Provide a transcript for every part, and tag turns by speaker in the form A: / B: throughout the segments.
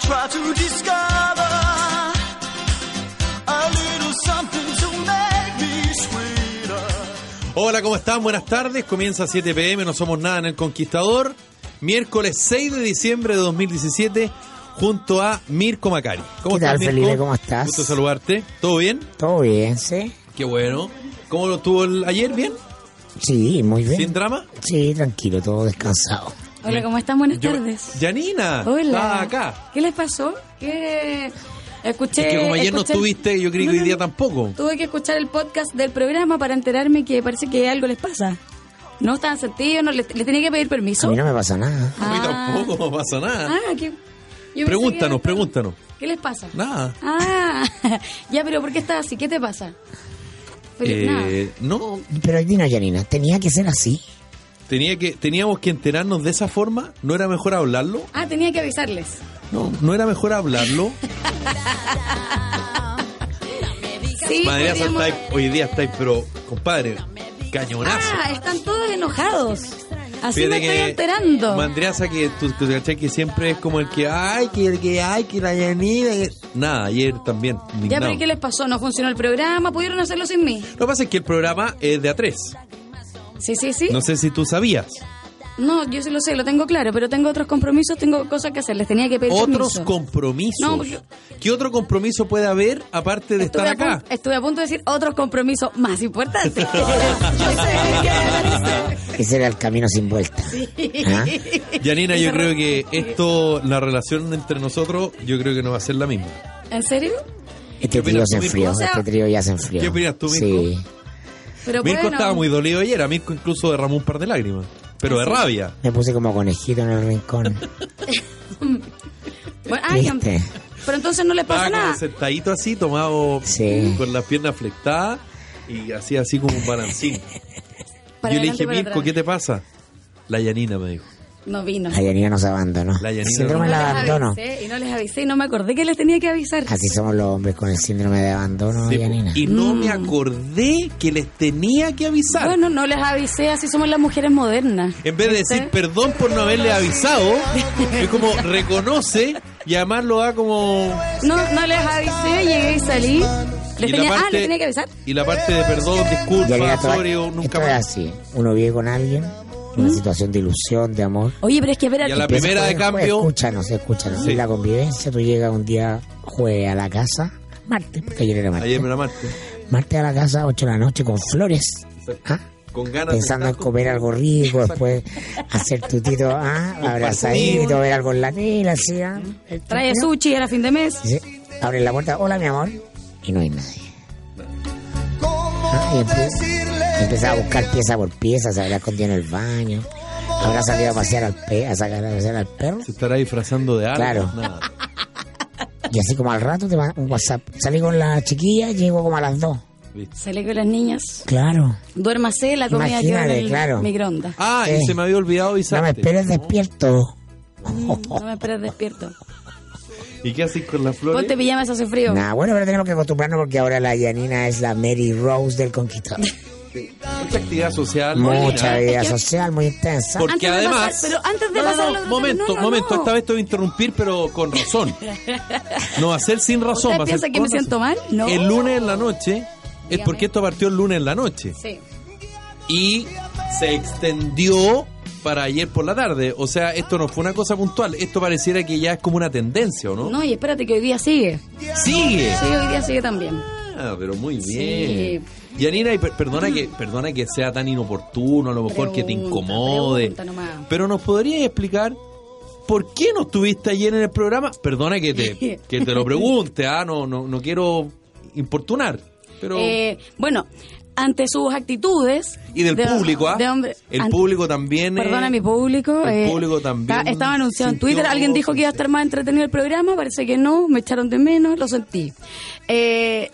A: try to discover a little something to make me sweeter.
B: Hola, ¿cómo están? Buenas tardes. Comienza 7 pm, no somos nada en El Conquistador. Miércoles 6 de diciembre de 2017, junto a Mirko Macari.
C: ¿Qué tal, Felipe? ¿Cómo estás?
B: Gusto saludarte. ¿Todo bien?
C: Todo bien, sí.
B: Qué bueno. ¿Cómo lo tuvo el- ayer? ¿Bien?
C: Sí, muy bien.
B: ¿Sin drama?
C: Sí, tranquilo, todo descansado.
D: Hola, ¿cómo están? Buenas
B: Yo-
D: tardes.
B: Yanina,
D: Hola.
B: está acá.
D: ¿Qué les pasó? ¿Qué... Escuché,
B: Es que como ayer no
D: escuché el-
B: estuviste, yo creí que
D: No,
B: hoy
D: no,
B: día
D: no.
B: tampoco.
D: Tuve que escuchar el podcast del programa para enterarme que parece que algo les pasa. No estaban sentidos, no, le, le tenía que pedir
C: A
D: permiso.
C: mí no me pasa nada.
B: A mí
D: Ah.
B: tampoco no pasa nada.
D: Ah, ¿qué? yo pensé
B: Pregúntanos,
D: que-
B: pregúntanos.
D: ¿Qué les pasa?
B: Nada.
D: Ah, ya, pero ¿por qué estás así? ¿Qué te pasa? Pero, nada.
B: Eh, no,
C: Pero dinos, Janina, ¿tenía que ser así?
B: tenía que, teníamos que enterarnos de esa forma. ¿No era mejor hablarlo?
D: Ah, tenía que avisarles.
B: No, ¿no era mejor hablarlo?
D: Sí,
B: Madre mía,
D: podríamos-
B: estáis- hoy día estáis, pero, compadre, cañonazo.
D: Ah, están todos enojados. Así
B: Fíjate
D: me
B: que
D: estoy enterando.
B: Mandreasa, que tú, tú cachai que siempre es como el que, ay, que el que, ay, que la llanida. que-". Nada, ayer también.
D: Ya,
B: indignado.
D: pero ¿y ¿qué les pasó? ¿No funcionó el programa? ¿Pudieron hacerlo sin mí?
B: Lo que pasa es que el programa es de a tres.
D: Sí, sí, sí.
B: No sé si tú sabías.
D: No, yo sí lo sé, lo tengo claro, pero tengo otros compromisos, tengo cosas que hacer, les tenía que pedir
B: Otros
D: permiso.
B: compromisos.
D: No, porque-
B: ¿Qué otro compromiso puede haber aparte de
D: Estuve
B: estar
D: a,
B: acá?
D: punto, estuve a punto de decir otros compromisos más importantes. Yo sé
C: Ese era el camino sin vuelta. ¿Ah?
D: que-
B: Yanina, yo creo que esto, la relación entre nosotros, yo creo que no va a ser la misma.
D: ¿En serio?
B: ¿Qué
C: Este
B: opinas
C: trío
B: tú,
C: se
B: Mirko?
C: enfrió,
D: O sea,
C: este trío ya se enfrió.
B: ¿qué opinas tú, Mirko?
C: Sí.
D: Pero
B: Mirko
D: bueno,
B: estaba muy dolido ayer, a Mirko incluso derramó un par de lágrimas, pero de rabia.
C: Me puse como conejito en el rincón.
D: bueno, ay,
C: triste.
D: pero entonces no les pasa
B: Estaba como
D: nada.
B: sentadito así, tomado
C: Sí.
B: con las piernas flectadas y hacía así como un balancín.
D: Para
B: Yo le
D: adelante,
B: dije,
D: para
B: Mirko,
D: atrás.
B: ¿qué te pasa? La Yanina me dijo.
D: No vino.
C: La Janina nos abandonó.
B: La Janina
C: Síndrome
B: nos
C: del
D: no les
C: abandono.
D: avisé, y no les avisé y no me acordé que les tenía que avisar.
C: Así somos los hombres con el síndrome de abandono,
B: Sí, po.
C: Janina.
B: y no me acordé que les tenía que avisar.
D: Mm. Bueno, no les avisé, así somos las mujeres modernas.
B: En vez de
D: ¿Viste?
B: decir perdón por no haberle avisado, es como reconoce y además lo da como...
D: No, no les avisé, llegué y salí. Les
B: y la
D: tenía, ah,
B: parte-
D: les tenía que avisar.
B: Y la parte de perdón,
C: Janina,
B: disculpa,
C: esto,
B: sorry, o
C: esto
B: nunca
C: es
B: más.
C: así. Uno vive con alguien, una situación de ilusión, de amor.
D: Oye, pero es que espera,
B: Y a la
D: que-
C: Empieza
B: primera de
C: con el jueves.
B: cambio-
C: Pues, Escúchanos, escúchanos.
B: Sí.
C: En la convivencia, tú llegas un día jueves a la casa, martes, porque ayer era martes.
B: Ayer me la marco.
C: Martes a la casa, 8 de la noche, con flores. ¿ah?
B: Con ganas
C: Pensando en
B: estar con-
C: comer algo rico, después hacer tutito, ¿ah? abrazadito, ver algo en la tela, así. ¿ah?
D: trae sushi era fin de mes.
C: Dice, Abre la puerta, hola mi amor, y no hay nadie. Ah, y empie- empieza a buscar pieza por pieza, se habrá escondido en el baño. Habrá salido a pasear al, pe a sacar a pasear al perro.
B: Se estará disfrazando de algo.
C: Claro.
B: Nada.
C: Y así como al rato te va un WhatsApp. Salí con la chiquilla, llego como a las dos.
D: Salí con las niñas.
C: Claro.
D: Duérmase, la comida quedó en
C: Imagínate,
D: el
C: claro.
D: microondas.
B: Ah, y
C: Sí.
B: se me había olvidado avisar.
C: No me esperes despierto.
D: Mm, No me esperes despierto.
B: ¿Y qué haces con las flores?
D: Ponte pijamas, hace frío.
C: Nah, bueno, pero tenemos que acostumbrarnos porque ahora la Yanina es la Mary Rose del conquistador.
B: Mucha actividad social.
C: Mucha
B: Mira,
C: vida
D: es que-
C: social, muy intensa.
B: Porque
D: Antes de
B: además.
D: pasar- pero antes de
B: No, no,
D: pasar
B: no,
D: la otra-
B: momento,
D: no, no,
B: momento.
D: no.
B: Esta vez te voy a interrumpir, pero con razón. No hacer sin razón.
D: ¿Ustedes
B: va a ser
D: piensan que
B: con
D: me siento
B: razón.
D: mal? No.
B: El lunes en la noche. Es
D: Dígame.
B: porque esto partió el lunes en la noche.
D: Sí.
B: y se extendió para ayer por la tarde. O sea, esto no fue una cosa puntual. Esto pareciera que ya es como una tendencia, ¿o no?
D: No, y espérate que hoy día sigue.
B: ¡Sigue!
D: Sí, hoy día sigue también.
B: Ah, pero muy bien. Yanina, y per- perdona, que, perdona que sea tan inoportuno, a lo mejor que te
D: Pregunta,
B: incomode.
D: pregunta nomás.
B: Pero nos podrías explicar por qué no estuviste ayer en el programa. Perdona que te, que te lo pregunte, ah, no, no, no quiero importunar. Pero.
D: Eh, bueno, ante sus actitudes.
B: y del
D: de-
B: público, ¿ah?
D: de hombre-
B: el
D: ante-
B: público también. eh,
D: Perdona a mi público.
B: El
D: eh,
B: público también.
D: está- estaba anunciado en
B: sintió-
D: Twitter. Alguien dijo que iba a estar más entretenido el programa. Parece que no. Me echaron de menos. Lo sentí. Eh,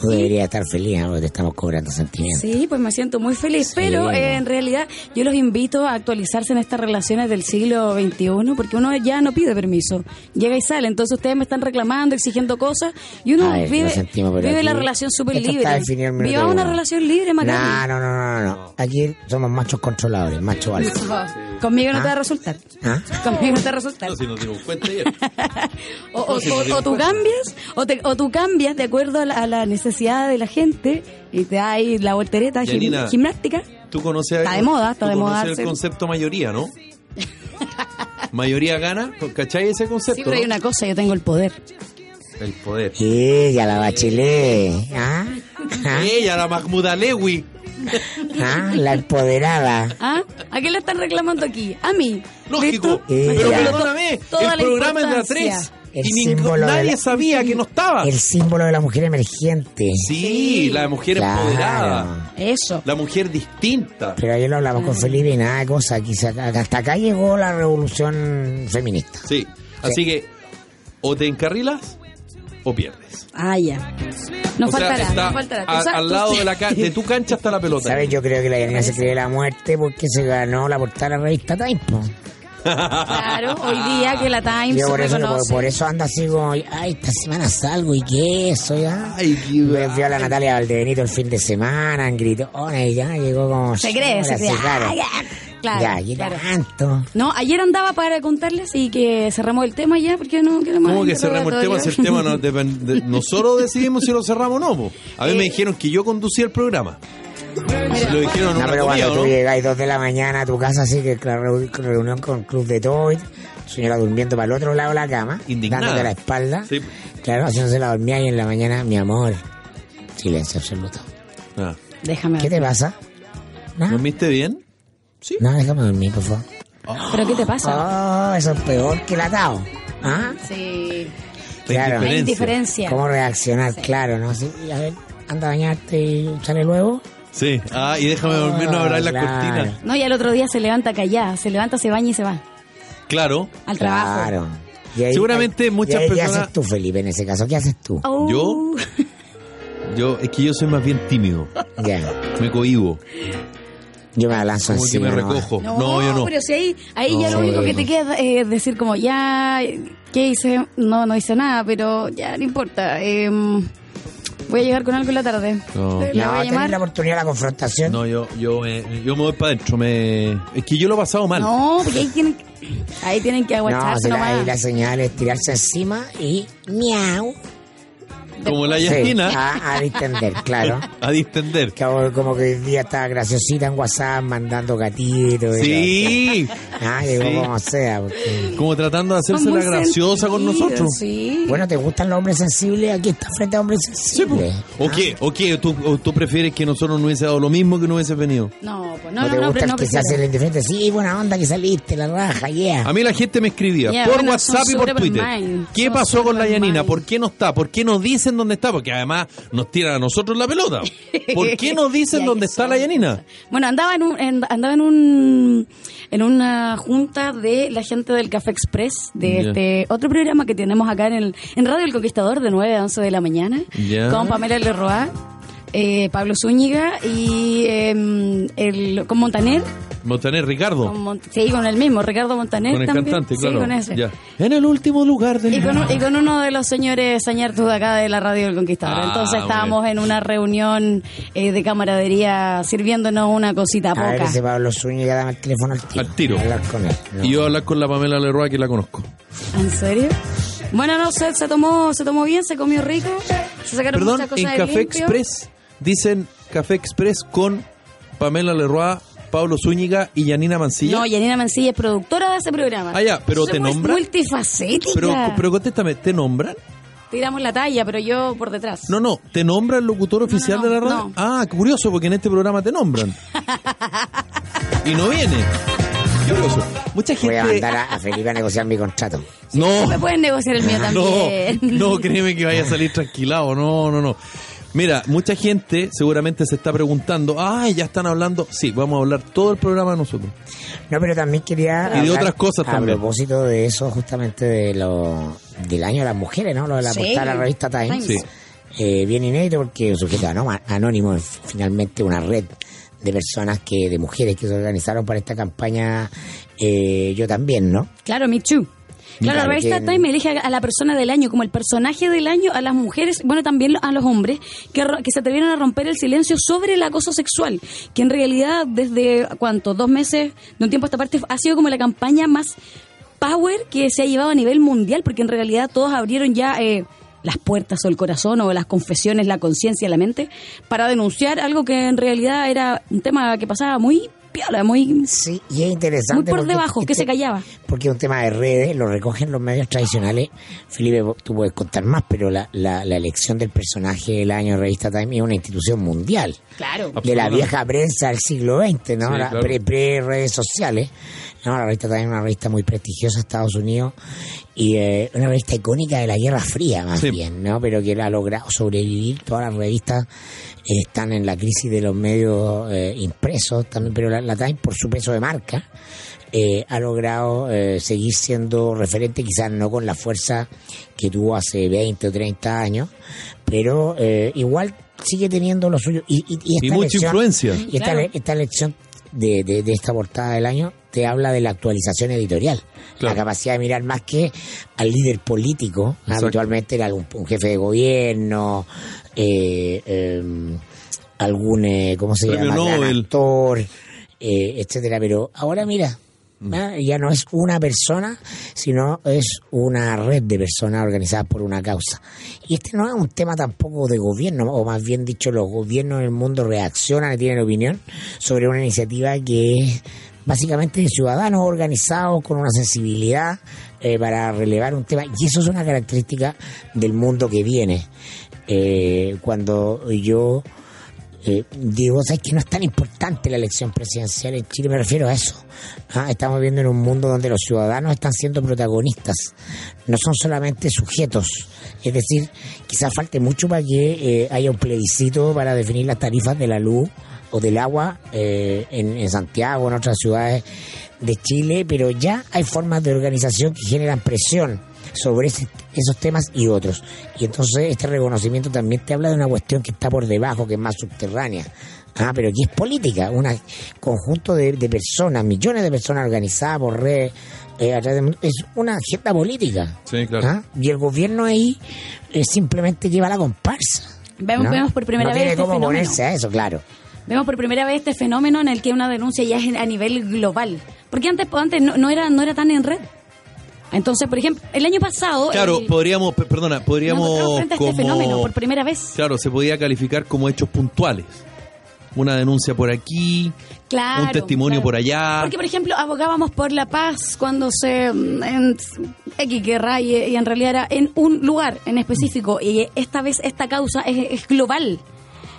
C: Tú deberías estar feliz, ¿no? porque te estamos cobrando sentimientos.
D: sí, pues me siento muy feliz. Pero eh, en realidad yo los invito a actualizarse en estas relaciones del siglo XXI porque uno ya no pide permiso. Llega y sale. Entonces ustedes me están reclamando, exigiendo cosas. Y uno
C: A ver,
D: vive,
C: lo sentimos, pero
D: vive la
C: aquí-
D: relación súper
C: Esto
D: libre.
C: está definido en minuto
D: Viva una
C: uno.
D: relación libre, Magali.
C: No, no, no, no, no. aquí somos machos controladores, macho alfa.
D: Conmigo no
C: ¿Ah?
D: te va a resultar.
C: ¿Ah?
D: Conmigo no te va a resultar.
B: No, si nos dimos cuenta ayer.
D: O, o-
B: No, si nos
D: o- o
B: dimos
D: tú
B: cuenta.
D: cambias, o, te- o tú cambias de acuerdo a la, a la necesidad de la gente y te da ahí la voltereta gim-
B: Yanina.
D: gimnástica.
B: Tú conoces
D: Está de moda, está
B: tú
D: de moda
B: conoces el
D: hacer-
B: concepto mayoría, ¿no? mayoría gana, ¿cachai ese concepto?
D: Sí, pero hay
B: no?
D: una cosa, yo tengo el poder.
B: El poder.
C: Ella, la bachelet. ¿Ah? ¿Ah?
B: Ella, la Mahmoud Lewi.
C: ¿Ah? La empoderada.
D: ¿Ah? ¿A quién le están reclamando aquí? A mí.
B: Lógico.
D: ¿Listo?
C: Eh,
B: Pero
C: ya.
B: perdóname,
D: Toda
B: el
D: la
B: programa es de la
D: importancia.
B: 3.
C: El
B: Y ning-
C: símbolo de
B: nadie
C: la-
B: sabía que no estaba.
C: El símbolo de la mujer emergente.
B: Sí, la mujer
C: Claro.
B: empoderada. Mm.
D: Eso.
B: La mujer distinta.
C: Pero ayer lo hablamos con Felipe y nada de cosa. Aquí se- hasta acá llegó la revolución feminista.
B: Sí. Así que, o te encarrilas o pierdes.
D: Ah, ya. No
B: o
D: faltará,
B: sea, está
D: no faltará. Tú
B: a-
D: sabes-
B: al
D: tú-
B: lado de, la ca- de tu cancha está la pelota.
C: ¿Sabes? Yo creo que la Yanina se cree la muerte porque se ganó la portada de la revista Time. po.
D: Claro, hoy día que la Times
C: Yo por
D: se
C: eso, no- por,
D: reconoce.
C: por eso ando así como, ay, esta semana salgo y qué eso ya.
B: Ay, qué
C: Me fui a la Natalia Valdebenito el fin de semana, en gritones y ya, llegó como...
D: Se cree,
C: sola,
D: se cree.
C: así, claro.
D: Ah, ya. Claro,
C: Ya, y
D: claro.
C: tanto.
D: No, ayer andaba para contarles y que cerramos el tema ya, porque no queremos...
B: ¿Cómo que cerramos el tema? Si el tema no
D: interrogatorio.
B: depende- de- nosotros decidimos si lo cerramos o no. po. A mí me
D: Eh.
B: dijeron que yo conducía el programa. Se lo dijeron en
C: No,
B: una
C: pero
B: comida,
C: cuando
B: ¿o
C: tú
B: no?
C: llegáis dos de la mañana a tu casa, así que la reu- reunión con Club de Toy, señora durmiendo para el otro lado de la cama,
B: Indignada.
C: dándote la espalda.
B: Sí.
C: Claro, haciéndose la dormía y en la mañana, mi amor, silencio absoluto.
B: Ah.
D: Déjame
C: ¿Qué
D: ver.
C: te pasa? Nada,
B: ¿Dormiste bien? Sí.
C: no, déjame dormir, por favor.
D: ¿Pero qué te pasa?
C: Oh, eso es peor que el atado. ¿Ah?
D: Sí.
B: La
C: Claro.
B: indiferencia.
D: Hay indiferencia.
C: ¿Cómo reaccionar? Claro, ¿no? Así, a ver, anda a bañarte y sale luego.
B: Sí. Ah, y déjame dormir, no abrir la
C: Claro.
B: cortina.
D: No, y al otro día se levanta callada, se levanta, se baña y se va
B: Claro.
D: al trabajo.
C: Claro. Y ahí-
B: Seguramente
C: y ahí,
B: muchas personas-
C: ¿Qué haces tú, Felipe, en ese caso? ¿Qué haces tú?
D: Oh.
B: Yo- Yo, es que yo soy más bien tímido.
D: Oh.
C: Ya.
B: Me cohibo.
C: Yo me lanzo
B: Como que
C: encima
B: me
C: nomás.
B: recojo. No, yo no.
D: pero si ahí, ahí ya
C: No.
D: lo único que te queda eh, es decir como, ya, eh, ¿qué hice? No, no hice nada, pero ya, no importa. eh, voy a llegar con algo en la tarde.
B: No.
D: La
C: No,
D: voy a
C: tenés la
D: llamar.
C: oportunidad de la confrontación.
B: No, yo, yo, me, yo me voy para adentro. Me... Es que yo lo he pasado mal.
D: No, porque ahí tienen, que- ahí tienen que
C: No,
D: aguacharse
C: si la-
D: nomás.
C: ahí la señal es tirarse encima y miau.
B: Como la
C: Sí,
B: Yasmina.
C: a, a distender, claro.
B: A distender.
C: Que ahora como que hoy día está graciosita en WhatsApp mandando gatitos. y
B: Sí.
C: todo. Ah, llegó
B: Sí.
C: como sea. porque-
B: Como tratando de
D: Son
B: hacerse la
D: muy
B: graciosa con
D: sentidos,
B: nosotros.
D: Sí.
C: Bueno, ¿te gustan los hombres sensibles? Aquí está frente a hombres
B: Sí, pues.
C: sensibles.
B: ¿O
C: Ah,
B: qué? ¿O qué? ¿Tú, o tú prefieres que nosotros no hubiese dado lo mismo que no hubiese venido?
D: No, pues no,
C: ¿No
D: no,
C: te
D: no,
C: gusta
D: pero
C: el
D: no,
C: que se hace
D: prefiero.
C: el indiferente? Sí, buena onda que saliste, la raja, yeah.
B: A mí la gente me escribía
D: Ya,
B: por
D: bueno,
B: WhatsApp
D: son
B: y por
D: super
B: Twitter.
D: mal.
B: ¿Qué
D: Son
B: pasó con la
D: super
B: Yanina?
D: mal.
B: ¿Por qué no está? ¿Por qué nos dicen dónde está? Porque además nos tiran a nosotros la pelota. ¿Por qué nos dicen
D: Ya,
B: dónde
D: que
B: está
D: son.
B: la Yanina?
D: Bueno, andaba en, un, en- andaba en un en una junta de la gente del Café Express, de
B: Ya.
D: este otro programa que tenemos acá en, el, en Radio El Conquistador de 9 a 11 de la mañana,
B: Ya.
D: con Pamela Leroy, eh, Pablo Zúñiga y eh, el, con Montaner.
B: Montaner Ricardo.
D: Con Mont- sí, con el mismo, Ricardo Montaner
B: Oh. con el
D: también.
B: cantante,
D: Sí,
B: claro.
D: con ese.
B: Ya. En el último lugar del
D: Y con, un-
B: mundo.
D: y con uno de los señores Sañartu de acá de la Radio del Conquistador.
B: Ah,
D: Entonces
B: muy
D: estábamos en una reunión eh, de camaradería sirviéndonos una cosita
C: A ver,
D: poca.
C: ese Pablo Zúñiga dame el teléfono al tiro.
B: Al tiro.
C: A hablar con él. No.
B: Y yo voy a hablar con la Pamela Leroy, que la conozco.
D: ¿En serio? Bueno, no, se, se tomó se tomó bien, se comió rico, se sacaron
B: Perdón,
D: muchas
B: en
D: cosas de
B: Café
D: limpio.
B: Express dicen Café Express con Pamela Leroy, Pablo Zúñiga y Yanina Mancilla.
D: No, Yanina Mancilla es productora de ese programa.
B: Ah, ya, pero
D: Somos
B: ¿te nombran?
D: multifacética.
B: pero, pero contéstame, ¿te nombran?
D: Tiramos la talla, pero yo por detrás.
B: No, no, te nombra el locutor oficial
D: no,
B: de la radio.
D: no.
B: Ah, qué curioso, porque en este programa te nombran. y no viene. Qué curioso. Mucha
C: Voy a
B: gente.
C: mandar a, a Felipe a negociar mi contrato.
B: No,
D: Me pueden negociar el mío también.
B: no, no, créeme que vaya a salir tranquilado. No, no, no. Mira, mucha gente seguramente se está preguntando, ay, ya están hablando. Sí, vamos a hablar todo el programa nosotros.
C: No, pero también quería.
B: Y de otras cosas
C: a
B: también.
C: propósito de eso, justamente de lo, del año de las mujeres, ¿no? Lo de la
D: Sí.
C: portada de la revista Times.
B: Sí.
C: Eh, bien inédito porque un sujeto anoma- anónimo es finalmente una red de personas que de mujeres que se organizaron para esta campaña eh, yo también no
D: Claro, Michu. Claro, la
C: Claro,
D: revista
C: que-
D: Time elige a la persona del año como el personaje del año a las mujeres, bueno, también a los hombres, que, ro- que se atrevieron a romper el silencio sobre el acoso sexual, que en realidad desde, ¿cuánto? Dos meses, de un tiempo a esta parte, ha sido como la campaña más power que se ha llevado a nivel mundial, porque en realidad todos abrieron ya... eh, las puertas o el corazón o las confesiones, la conciencia, la mente, para denunciar algo que en realidad era un tema que pasaba muy piola, muy
C: Sí, y es interesante.
D: Muy por
C: porque- este
D: debajo, que se callaba.
C: Porque es un tema de redes, lo recogen los medios tradicionales. Felipe, vos- tú puedes contar más, pero la, la, la elección del personaje del año de Revista Time es una institución mundial.
D: Claro.
C: De la
B: Absolutamente.
C: vieja prensa del siglo XX, ¿no?
B: Sí,
C: La
B: claro.
C: pre, pre- redes sociales. No, la revista Time es una revista muy prestigiosa de Estados Unidos y eh, una revista icónica de la Guerra Fría, más
B: Sí.
C: bien, ¿no? Pero que la ha logrado sobrevivir. Todas las revistas eh, están en la crisis de los medios eh, impresos también, pero la, la Time, por su peso de marca, eh, ha logrado eh, seguir siendo referente, quizás no con la fuerza que tuvo hace 20 o 30 años, pero eh, igual sigue teniendo lo suyo. Y, y, y
B: Y
C: esta
B: mucha
C: elección-
B: influencia.
C: Y esta,
D: Claro.
C: le- esta elección de, de- de esta portada del año te habla de la actualización editorial,
B: Claro.
C: la capacidad de mirar más que al líder político,
B: Exacto.
C: habitualmente era algún un jefe de gobierno, eh, eh, algún, eh, ¿cómo se
B: Premio
C: llama? Gran
B: Nobel.
C: actor, eh, etcétera. Pero ahora mira,
B: Mm.
C: ¿ah? ya no es una persona, sino es una red de personas organizadas por una causa. Y este no es un tema tampoco de gobierno, o más bien dicho, los gobiernos del mundo reaccionan y tienen opinión sobre una iniciativa que es básicamente de ciudadanos organizados con una sensibilidad eh, para relevar un tema. Y eso es una característica del mundo que viene. Eh, cuando yo eh, digo, ¿sabes que no es tan importante la elección presidencial en Chile? Me refiero a eso. Ah, Estamos viviendo en un mundo donde los ciudadanos están siendo protagonistas, no son solamente sujetos. Es decir, quizás falte mucho para que eh, haya un plebiscito para definir las tarifas de la luz o del agua eh, en, en Santiago, en otras ciudades de Chile, pero ya hay formas de organización que generan presión sobre ese- esos temas y otros. Y entonces este reconocimiento también te habla de una cuestión que está por debajo, que es más subterránea. Ah, pero aquí es política, un conjunto de, de personas, millones de personas organizadas por redes, eh, a través del mundo. es una agenda política.
B: Sí, claro.
C: ¿ah? Y el gobierno ahí eh, simplemente lleva la comparsa.
D: Vemos-
C: ¿no?
D: vemos por primera
C: No
D: vez
C: tiene
D: este
C: cómo
D: fenómeno.
C: ponerse a eso, claro.
D: Vemos por primera vez este fenómeno en el que una denuncia ya es a nivel global. Porque antes, pues, antes no, no era, no era tan en red. Entonces, por ejemplo, el año pasado...
B: Claro,
D: el-
B: podríamos, pe- perdona,
D: nos
B: podríamos
D: encontramos frente a este
B: como...
D: fenómeno por primera vez.
B: Claro, se podía calificar como hechos puntuales. Una denuncia por aquí,
D: Claro.
B: un testimonio
D: claro.
B: por allá.
D: Porque, por ejemplo, abogábamos por la paz cuando se. mm, en X guerra y, y en realidad era en un lugar en específico. Y esta vez esta causa es, es global.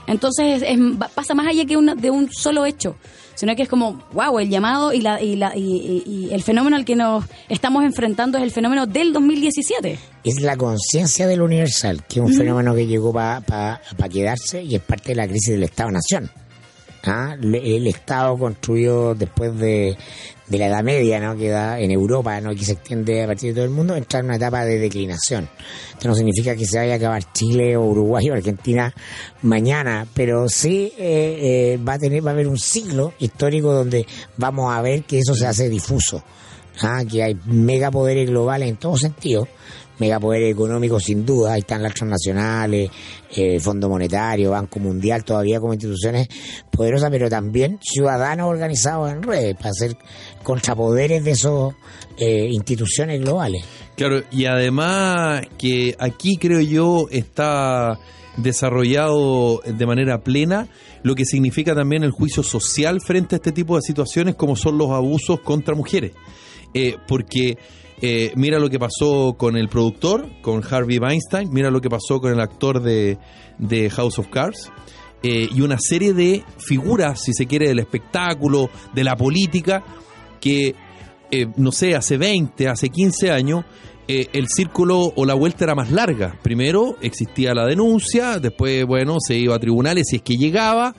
D: Entonces es- es- va- pasa más allá que una- de un solo hecho, sino que es como, wow, el llamado y, la, y, la- y- y- y el fenómeno al que nos estamos enfrentando es el fenómeno del 2017.
C: es la conciencia del universal, que es un fenómeno que llegó para quedarse y es parte de la crisis del Estado-Nación. ¿Ah? Le- El Estado construido después de, de la Edad Media, ¿no? que da en Europa, ¿no? que se extiende a partir de todo el mundo, entra en una etapa de declinación. Esto no significa que se vaya a acabar Chile o Uruguay o Argentina mañana, pero sí eh, eh, va, a tener, va a haber un siglo histórico donde vamos a ver que eso se hace difuso. Ah, que hay megapoderes globales en todo sentido, megapoderes económicos sin duda, ahí están las transnacionales, eh, Fondo Monetario, Banco Mundial, todavía como instituciones poderosas, pero también ciudadanos organizados en redes para ser contrapoderes de esas instituciones globales.
B: Claro, y además que aquí creo yo está desarrollado de manera plena lo que significa también el juicio social frente a este tipo de situaciones como son los abusos contra mujeres. Eh, porque eh, mira lo que pasó con el productor, con Harvey Weinstein, mira lo que pasó con el actor de, de House of Cards, eh, y una serie de figuras, si se quiere, del espectáculo, de la política, que, eh, no sé, hace 20, hace 15 años, eh, el círculo o la vuelta era más larga. Primero existía la denuncia, después, bueno, se iba a tribunales si es que llegaba.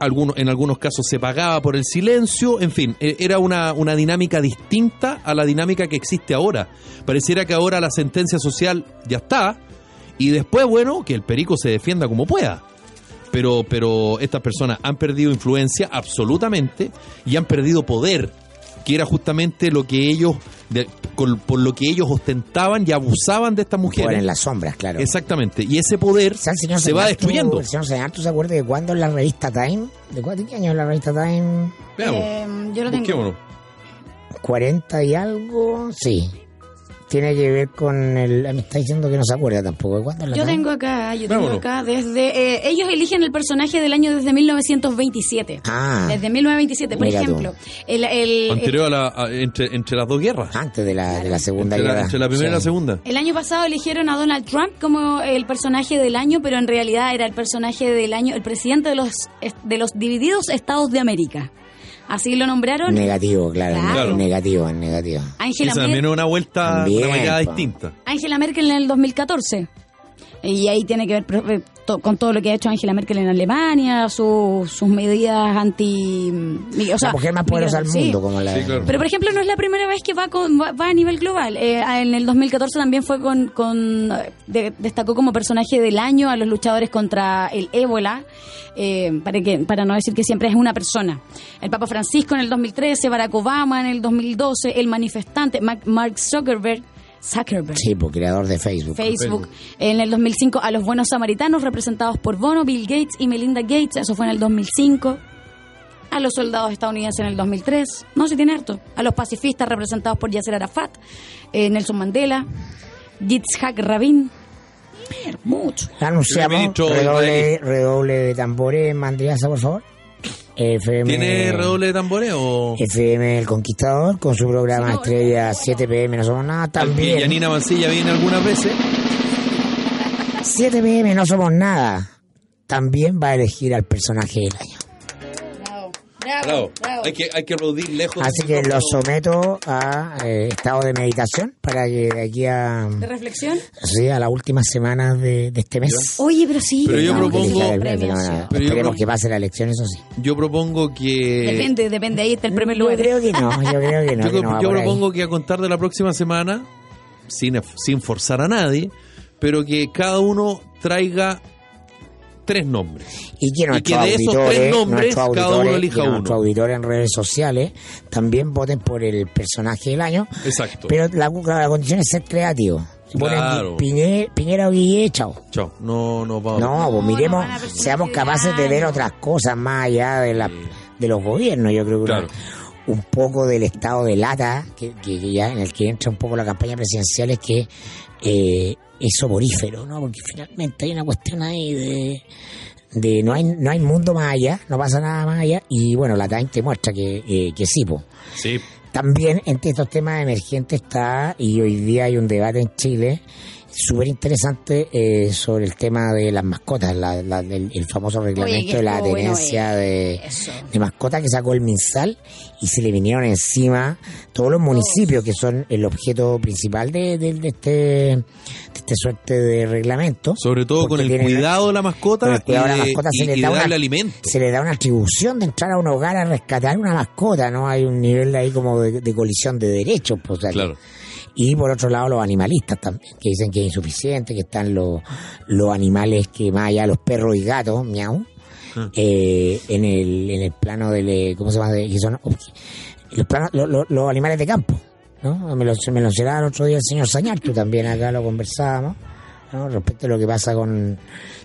B: Algunos, en algunos casos se pagaba por el silencio, en fin, e- era una, una dinámica distinta a la dinámica que existe ahora. Pareciera que ahora la sentencia social ya está, y después, bueno, que el perico se defienda como pueda. Pero, pero estas personas han perdido influencia absolutamente y han perdido poder que era justamente lo que ellos, de- con- por lo que ellos ostentaban y abusaban de estas
C: Jugar
B: mujeres.
C: en las sombras, claro.
B: Exactamente. Y ese poder
C: San señor
B: se va
C: Señal, tú-
B: destruyendo.
C: el señor Señal, ¿tú se acuerdas de cuándo en la revista Time? ¿De cuánto- de qué año es la revista Time?
B: Veamos.
D: Eh, yo lo tengo.
B: Busquémonos.
C: 40 y algo, sí. Tiene que ver con el... Me está diciendo que no se acuerda tampoco. ¿De ¿Cuándo es la
D: Yo
C: Time?
D: tengo acá, yo tengo
B: Vámonos.
D: acá desde... eh, ellos eligen el personaje del año desde 1927.
C: Ah,
D: Desde 1927, por
C: Mira tú.
D: ejemplo. El,
C: Eh,
D: el-
B: Anterior a la, a- entre, entre las dos guerras.
C: antes de la, de Ah, la Segunda
B: Entre la,
C: Guerra.
B: entre la primera y la
C: Sí.
B: segunda.
D: el año pasado eligieron a Donald Trump como el personaje del año, pero en realidad era el personaje del año, el presidente de los, de los divididos estados de América. Así lo nombraron.
C: Negativo, claro.
D: Claro.
C: en Negativo, en negativo.
D: Angela
B: Esa también
D: Merkel.
B: es una vuelta,
C: También,
B: una mirada
C: po.
B: distinta.
D: Angela Merkel en el 2014. Y ahí tiene que ver pro- eh, to- con todo lo que ha hecho Angela Merkel en Alemania, su- sus medidas anti... mi- O sea,
C: la mujer más poderosa del
D: sí.
C: mundo, como la...
B: Sí, claro.
D: Pero, por ejemplo, no es la primera vez que va, con- va, va a nivel global. Eh, en el 2014 también fue con... con eh, de- destacó como personaje del año a los luchadores contra el ébola, eh, para, que, para no decir que siempre es una persona. El Papa Francisco en el 2013, Barack Obama en el 2012, el manifestante Ma- Mark Zuckerberg. Zuckerberg.
C: Sí, pues creador de Facebook.
D: Facebook. En el 2005 a los buenos samaritanos representados por Bono, Bill Gates y Melinda Gates. Eso fue en el 2005. A los soldados estadounidenses en el 2003. No, se tiene harto. A los pacifistas representados por Yasser Arafat, eh, Nelson Mandela, Yitzhak Rabin. Mucho.
C: Anunciamos.
B: Ministro
C: Redoble,
B: israelí.
C: redoble de tambores, Mandriaza, por favor. FM,
B: ¿Tiene redoble de tamboreo?
C: FM El Conquistador con su programa
D: Sí, no,
C: Estrella 7 pm, no somos nada.
B: También.
C: También
B: Yanina Mancilla viene algunas veces.
C: 7 pm, no somos nada. También va a elegir al personaje del año.
B: Bravo. Hay que, hay que aplaudir lejos.
C: Así que lo someto a eh, estado de meditación para que de aquí a,
D: ¿De reflexión?
C: sí, a las últimas semanas de, de este mes.
D: Oye, pero sí.
B: Pero yo
D: no,
C: tengamos que
B: propongo-
C: elegir al-
D: Premios.
C: tengamos-
B: Pero yo
C: Esperemos
B: pro-
C: que pase la elección, eso sí.
B: Yo propongo que.
D: Depende, depende. Ahí está el primer
C: Yo
D: lugar.
C: creo que no, yo creo que no.
B: Yo,
C: que no va
B: yo
C: por ahí.
B: propongo que a contar de la próxima semana, sin, sin forzar a nadie, pero que cada uno traiga tres nombres.
C: Y que nuestros
B: de esos
C: auditores,
B: tres nombres,
C: nuestros
B: cada uno
C: auditores-
B: elija
C: que
B: uno.
C: nuestros auditores en redes sociales también voten por el personaje del año.
B: Exacto.
C: Pero la, la condición es ser creativo. Si ponen
B: Claro.
C: Piñe- Piñera o Guille, chao.
B: Chao. No, no, vamos.
C: No, pues
D: no
C: miremos,
D: van a perseguir
C: seamos capaces de ver
D: ideales.
C: otras cosas más allá de, la, de los gobiernos. Yo creo que una-
B: Claro.
C: un poco del estado de lata, que, que- que ya en el que entra un poco la campaña presidencial, es que eh, es soporífero, ¿no? Porque finalmente hay una cuestión ahí de. de no, hay, no hay mundo más allá, no pasa nada más allá, y bueno, la Time te muestra que, eh, que sí, pues.
B: Sí.
C: También entre estos temas emergentes está, y hoy día hay un debate en Chile súper interesante eh, sobre el tema de las mascotas, la- la- el, el famoso reglamento
D: que
C: de la
D: estuvo bueno eh,
C: tenencia de,
D: Eso.
C: de mascotas que sacó el MinSal y se le vinieron encima todos los municipios que son el objeto principal de, de- de este, de esta suerte de reglamento.
B: Sobre todo
C: Porque
B: con el
C: tienen-
B: cuidado de la mascota
C: con el cuidado
B: y,
C: de la
B: de-
C: mascota se
B: y-
C: les
B: y
C: da una-
B: darle alimento.
C: se le da una atribución de entrar a un hogar a rescatar una mascota, ¿no? Hay un nivel ahí como de, de colisión de derechos, pues, o sea,
B: Claro.
C: y por otro lado los animalistas también, que dicen que es insuficiente, que están los, los animales que más allá, los perros y gatos, miau,
B: Ah.
C: eh, en, el, en el plano del, eh, ¿cómo se llama? De- que son obje- los, planos- lo- lo- los animales de campo, ¿no? Me lo, me lo mencionaba el otro día el señor Sañar, tú también acá lo conversábamos, ¿no? Respecto a lo que pasa con,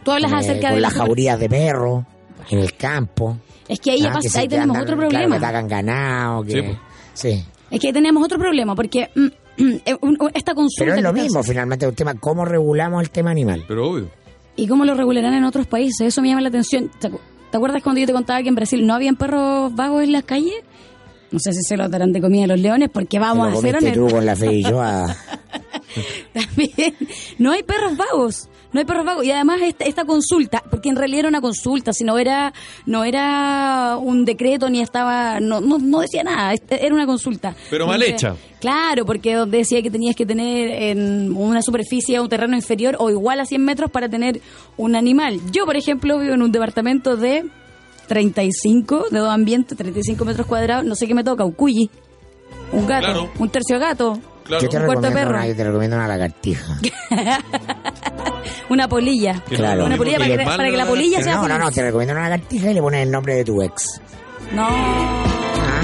D: Tú hablas
C: con, eh,
D: acerca
C: con
D: de...
C: las jaurías de perro en el campo.
D: Es que ahí,
C: ¿ah?
D: pasa-
C: Que se-
D: ahí
C: que
D: tenemos
C: andan-
D: otro
C: claro,
D: problema.
C: que atacan ganado, que...
B: Sí, pues.
C: sí.
D: Es que ahí tenemos otro problema, porque mm, mm, eh, un- un- esta consulta...
C: Pero es lo
D: que está-
C: mismo, finalmente, es un tema, ¿cómo regulamos el tema animal?
B: Pero obvio.
D: ¿Y cómo lo regularán en otros países? Eso me llama la atención. ¿Te acu- te acuerdas cuando yo te contaba que en Brasil no habían perros vagos en las calles? No sé si se lo darán de comida a los leones, porque
C: Te
D: vamos
C: lo
D: a ser
C: comiste tú
D: honestos.
C: con la feijoada.
D: También no hay perros vagos. No hay perros vagos. Y además esta, esta consulta, porque en realidad era una consulta, si no era, no era un decreto ni estaba, no, no, no decía nada, este- era una consulta.
B: Pero mal
D: Donde-
B: hecha.
D: Claro, porque donde decía que tenías que tener en una superficie, un terreno inferior o igual a 100 metros para tener un animal. Yo, por ejemplo, vivo en un departamento de 35, de dos ambientes, 35 metros cuadrados, no sé qué me toca, un cuyi, un gato,
B: Claro.
D: un tercio gato,
B: Claro.
C: Yo, te
D: Un cuarto de
C: recomiendo
D: perro.
C: una, yo te recomiendo una lagartija.
D: una polilla.
B: Que
C: Claro.
B: no-
D: Una polilla
B: que
D: para que,
B: les manda
D: para que la
B: la-
D: polilla
C: Pero
D: sea
C: no, no,
D: feliz.
C: no, te recomiendo una lagartija y le pones el nombre de tu ex.
D: No.
C: Ah,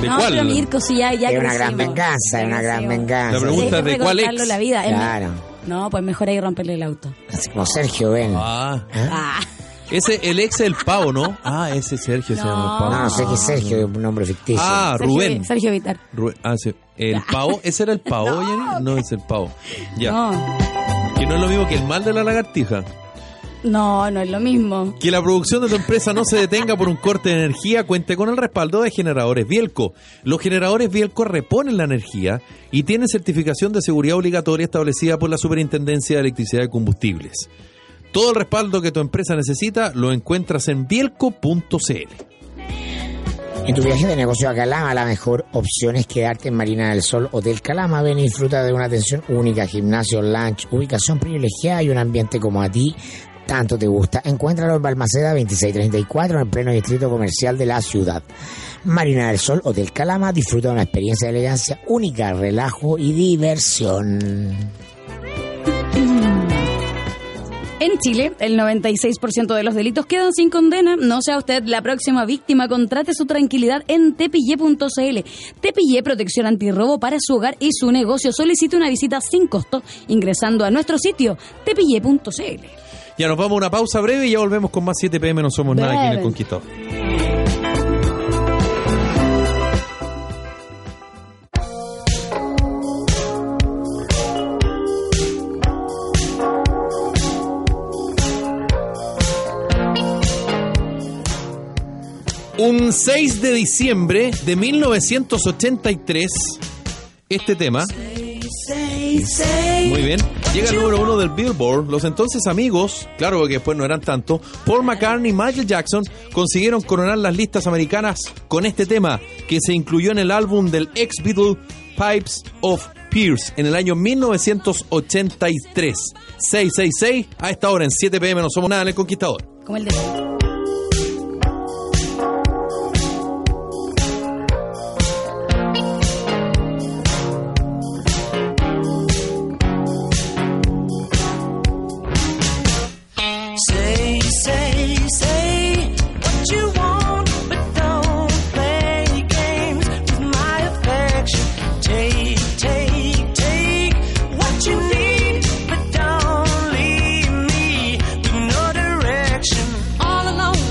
B: ¿De
D: no,
B: cuál?
D: pero Mirko, si ya, ya
C: es una
D: crecimos.
C: gran venganza, es una gran
D: Crecimos.
C: venganza.
B: La pregunta-
D: Hay que
B: ¿de cuál
D: recortarlo
B: ex?
D: la vida. Es
C: Claro.
D: mi- No, pues mejor ahí romperle el auto.
C: Así como Sergio, ven.
B: Ah.
D: Ah.
B: Ese, el ex del pavo, ¿no? Ah, ese Sergio se llama el pavo.
C: No, no sé qué es Sergio, es un nombre ficticio.
B: Ah, Rubén.
D: Sergio, Sergio Vitar.
B: Rubén. Ah, sí. El pavo, ese era el pavo,
D: No.
B: Jenny? No, es el pavo. Ya.
D: No,
B: Que no es lo mismo que el mal de la lagartija.
D: no, no es lo mismo.
B: Que la producción de tu empresa no se detenga por un corte de energía, cuente con el respaldo de generadores Bielco. Los generadores Bielco reponen la energía y tienen certificación de seguridad obligatoria establecida por la Superintendencia de Electricidad y Combustibles. Todo el respaldo que tu empresa necesita lo encuentras en bielco.cl.
C: En tu viaje de negocio a Calama, la mejor opción es quedarte en Marina del Sol Hotel Calama. Ven y disfruta de una atención única, gimnasio, lunch, ubicación privilegiada y un ambiente como a ti tanto te gusta. Encuéntralo en Balmaceda 2634 en pleno distrito comercial de la ciudad. Marina del Sol Hotel Calama disfruta de una experiencia de elegancia única, relajo y diversión.
D: En Chile, el 96% de los delitos quedan sin condena. No sea usted la próxima víctima. Contrate su tranquilidad en tepille.cl. Tepille protección antirrobo para su hogar y su negocio. Solicite una visita sin costo ingresando a nuestro sitio tepille.cl.
B: Ya nos vamos a una pausa breve y ya volvemos con más 7 pm. No somos nada aquí en el
D: Breve.
B: Conquistador. Un 6 de diciembre de 1983, este tema muy bien. Llega el número uno del Billboard. Los entonces amigos, claro que después no eran tanto, Paul McCartney y Michael Jackson consiguieron coronar las listas americanas con este tema que se incluyó en el álbum del ex Beatle Pipes of Pierce en el año 1983. 666 a esta hora en 7 pm no somos nada en el Conquistador.
D: Como el de...
A: Say, say, say what you want, but don't play games with my affection. Take, take, take what you need, but don't leave me with no direction.
E: all alone.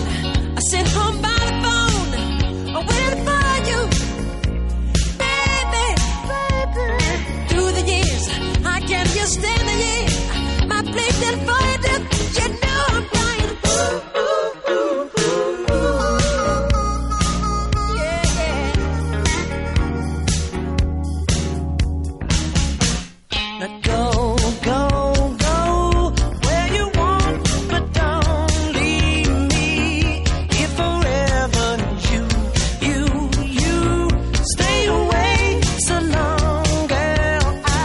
E: I sit home by the phone, I waited for you, baby, baby. Through the years, I can't just stand the year. My plate that voided, you know I'm dying. Ooh, ooh, ooh, ooh, ooh. Yeah, yeah.
A: Now Uh, go, go, go where you want, but don't leave me here forever. You, you, you stay away so long, girl. I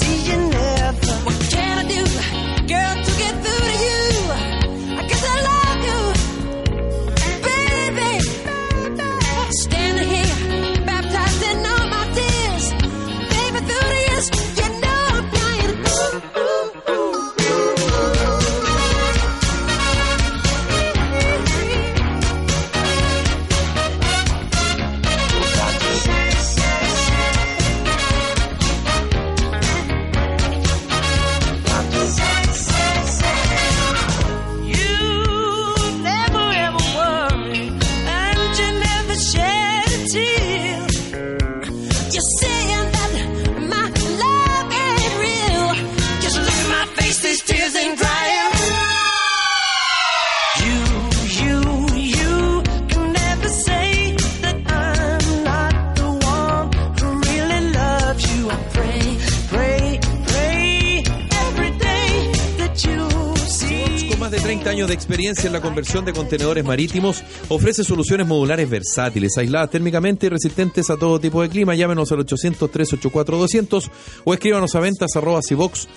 A: see you never.
E: What can I do, girl, to get through to you? I guess I love you, baby. Standing here, baptized in all my tears, baby. Through the years, you know I'm dying. Ooh, ooh, ooh.
A: You never ever worry, and you never shed a tear.
E: You're saying that my love ain't real.
A: Just look at my face, these tears ain't drying. You, you, you can never say that I'm not the one who really loves you. I pray, pray, pray every day that you see.
B: Con más de 30 años de experiencia en la conversión de contenedores marítimos, ofrece soluciones modulares versátiles, aisladas térmicamente y resistentes a todo tipo de clima. Llámenos al 800-384-200 o escríbanos a ventas arroba civox.cl.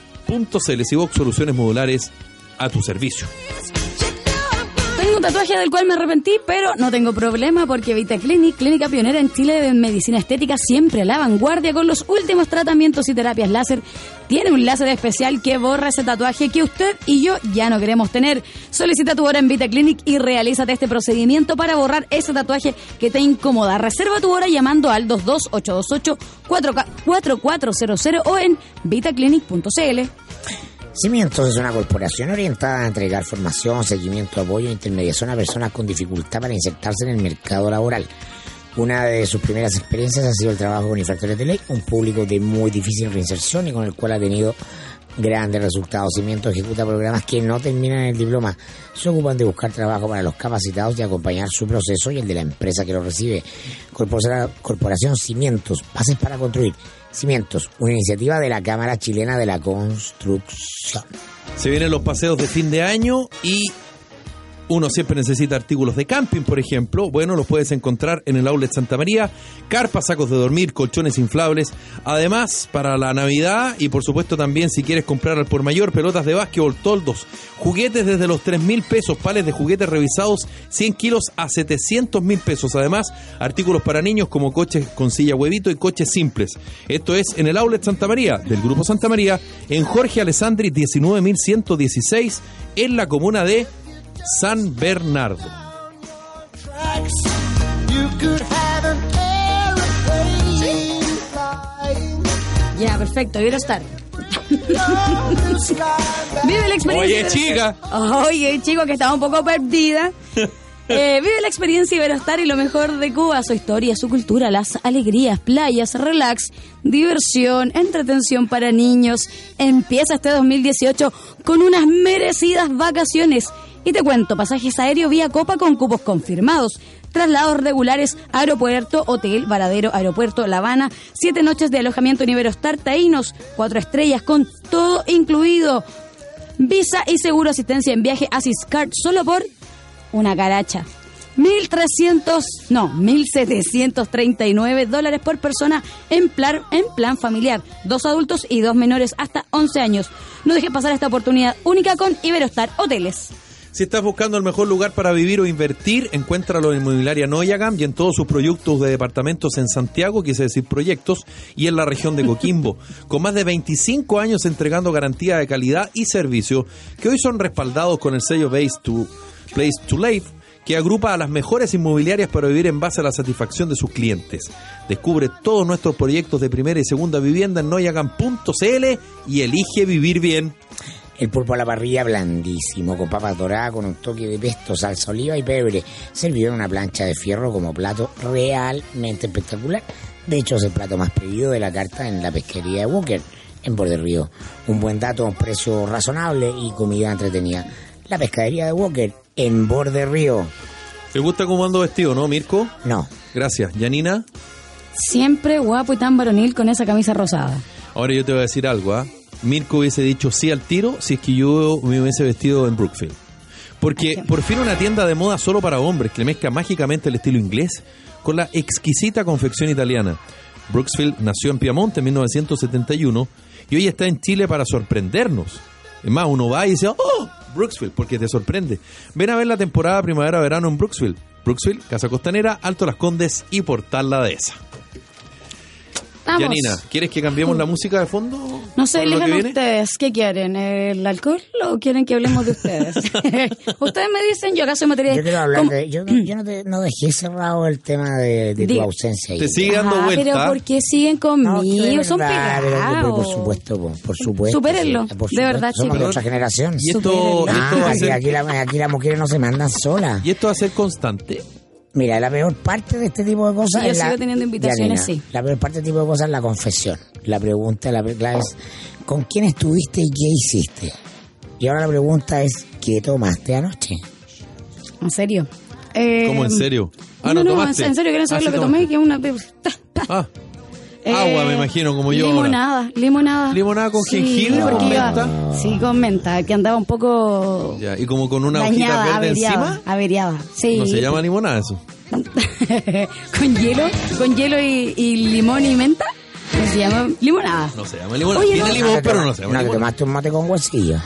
B: Civox Soluciones Modulares a tu servicio.
E: You know I'm
D: Tengo Tengo un tatuaje del cual me arrepentí, pero no tengo problema porque VitaClinic, clínica pionera en Chile de medicina estética, siempre a la vanguardia con los últimos tratamientos y terapias láser. Tiene un láser especial que borra ese tatuaje que usted y yo ya no queremos tener. Solicita tu hora en VitaClinic y realízate este procedimiento para borrar ese tatuaje que te incomoda. Reserva tu hora llamando al 22828-4400 o en vitaclinic.cl.
C: Cimientos es una corporación orientada a entregar formación, seguimiento, apoyo e intermediación a personas con dificultad para insertarse en el mercado laboral. Una de sus primeras experiencias ha sido el trabajo con infractores de ley, un público de muy difícil reinserción y con el cual ha tenido grandes resultados. Cimientos ejecuta programas que no terminan en el diploma. Se ocupan de buscar trabajo para los capacitados y acompañar su proceso y el de la empresa que lo recibe. Corpora- Corporación Cimientos, bases para construir. Cimientos, una iniciativa de la Cámara Chilena de la Construcción.
B: Se vienen los paseos de fin de año y uno siempre necesita artículos de camping, por ejemplo. Bueno, los puedes encontrar en el Outlet Santa María. Carpas, sacos de dormir, colchones inflables. Además, para la Navidad y por supuesto también si quieres comprar al por mayor, pelotas de básquetbol, toldos, juguetes desde los 3 mil pesos, pales de juguetes revisados 100 kilos a 700 mil pesos. Además, artículos para niños como coches con silla huevito y coches simples. Esto es en el Outlet Santa María, del Grupo Santa María, en Jorge Alessandri 19116, en la comuna de... San Bernardo.
A: tracks. You could have an aeroplane flying,
D: Ya, perfecto, quiero estar.
A: love is like
D: Vive la experiencia.
B: Oye, chica.
D: Oye, chico, que estaba un poco perdida. Eh, vive la experiencia Iberostar y lo mejor de Cuba, su historia, su cultura, las alegrías, playas, relax, diversión, entretención para niños. Empieza este 2018 con unas merecidas vacaciones. Y te cuento, pasajes aéreo vía Copa con cupos confirmados. Traslados regulares, aeropuerto, hotel, varadero, aeropuerto, La Habana, siete noches de alojamiento en Iberostar, Taínos, cuatro estrellas con todo incluido. Visa y seguro asistencia en viaje a Ciscard solo por una caracha. 1.300, no, 1.739 dólares por persona en plan, en plan familiar. Dos adultos y dos menores hasta 11 años. No dejes pasar esta oportunidad única con Iberostar Hoteles.
B: Si estás buscando el mejor lugar para vivir o invertir, encuéntralo en Inmobiliaria Noyagam y en todos sus proyectos de departamentos en Santiago, quise decir proyectos, y en la región de Coquimbo, con más de 25 años entregando garantía de calidad y servicio, que hoy son respaldados con el sello Base to Place to Live, que agrupa a las mejores inmobiliarias para vivir en base a la satisfacción de sus clientes. Descubre todos nuestros proyectos de primera y segunda vivienda en noyagam.cl y elige vivir bien.
C: El pulpo a la parrilla blandísimo, con papas doradas, con un toque de pesto, salsa oliva y pebre, servido en una plancha de fierro como plato realmente espectacular. De hecho, es el plato más pedido de la carta en la pesquería de Walker, en Borde Río. Un buen dato, un precio razonable y comida entretenida. La pescadería de Walker, en Borde Río.
B: ¿Te gusta cómo ando vestido, no, Mirko?
C: No,
B: Gracias, Janina.
D: Siempre guapo y tan varonil con esa camisa rosada.
B: Ahora yo te voy a decir algo, ¿ah? Mirko hubiese dicho sí al tiro si es que yo me hubiese vestido en Brookfield. Porque por fin una tienda de moda solo para hombres que mezcla mágicamente el estilo inglés con la exquisita confección italiana. Brooksfield nació en Piamonte en 1971 y hoy está en Chile para sorprendernos. Es más, uno va y dice, ¡Oh! Brooksfield, porque te sorprende. Ven a ver la temporada primavera-verano en Brooksfield. Brooksfield, Casa Costanera, Alto Las Condes y Portal La Dehesa.
D: Vamos. Mm.
B: Yanina, ¿quieres que cambiemos la música de fondo?
D: No sé,
B: ¿Para lo que
D: elijan
B: viene?
D: ustedes. ¿Qué quieren? ¿El alcohol o quieren que hablemos de ustedes? ustedes me dicen, yo acá soy materia
C: yo quiero hablar
D: Eh, ¿Cómo?
C: de... Yo, no- yo no, te- no dejé cerrado el tema de, de tu
D: Diga.
C: ausencia. ahí.
B: Te sigue dando
D: Ah,
B: vuelta.
D: pero ¿por qué siguen conmigo?
C: No, que de
D: Son
C: verdad,
D: pegados.
C: de verdad, por- Por supuesto, por, por supuesto.
D: Supérenlo,
C: sí, por
D: de verdad,
C: Somos de
D: chicos.
C: otra generación.
B: Y esto,
D: Superen.
B: esto
C: Ah,
B: va a
C: aquí,
B: ser,
C: aquí la- aquí las mujeres no se mandan solas.
B: y esto va a ser constante.
C: Mira, la peor parte de este tipo de cosas
D: Sí, yo
C: es la-
D: sigo teniendo invitaciones, sí.
C: La peor parte de este tipo de cosas es la confesión. La pregunta, la pre- clave es, ¿con quién estuviste y qué hiciste? Y ahora la pregunta es, ¿qué tomaste anoche?
D: En serio. Eh,
B: ¿Cómo en serio? Ah,
D: no,
B: no,
D: no,
B: tomaste.
D: en serio, quieren saber
B: Ah,
D: lo
B: sí
D: que
B: tomaste.
D: tomé, que es una... ta, pa.
B: Ah, Agua,
D: Eh,
B: me imagino, como yo ahora.
D: Limonada, limonada.
B: ¿Limonada con
D: Sí,
B: jengibre o
D: porque
B: con
D: iba-
B: menta?
D: Sí, con menta, que andaba un poco
B: ya. Y como con una
D: dañada,
B: hojita verde
D: averiada,
B: encima.
D: averiada. Sí.
B: No se llama limonada eso.
D: con hielo, con hielo y, y limón y menta, que se llama limonada.
B: No se llama limonada.
D: Oye,
B: Tiene
D: no.
B: limón,
C: Ah, te
B: pero
C: toma-
B: no se llama
C: te
B: limonada.
C: tomaste un mate con huesillo.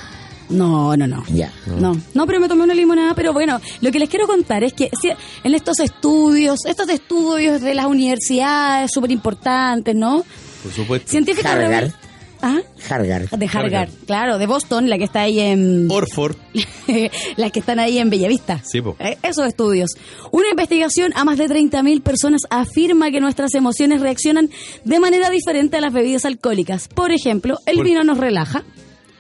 D: No, no, no.
C: Ya.
D: No, no, pero me tomé una limonada, pero bueno, lo que les quiero contar es que sí, en estos estudios, estos estudios de las universidades súper importantes, ¿no?
B: Por supuesto.
D: Científicos
C: Harvard.
D: reuni- ¿Ah?
C: Hargar.
D: De Harvard,
B: Harvard.
D: claro, de Boston, la que está ahí en...
B: Orford.
D: las que están ahí en Bellavista.
B: Sí, po.
D: Eh, Esos estudios. Una investigación a más de 30.000 personas afirma que nuestras emociones reaccionan de manera diferente a las bebidas alcohólicas. Por ejemplo, el
B: Por-
D: vino nos relaja,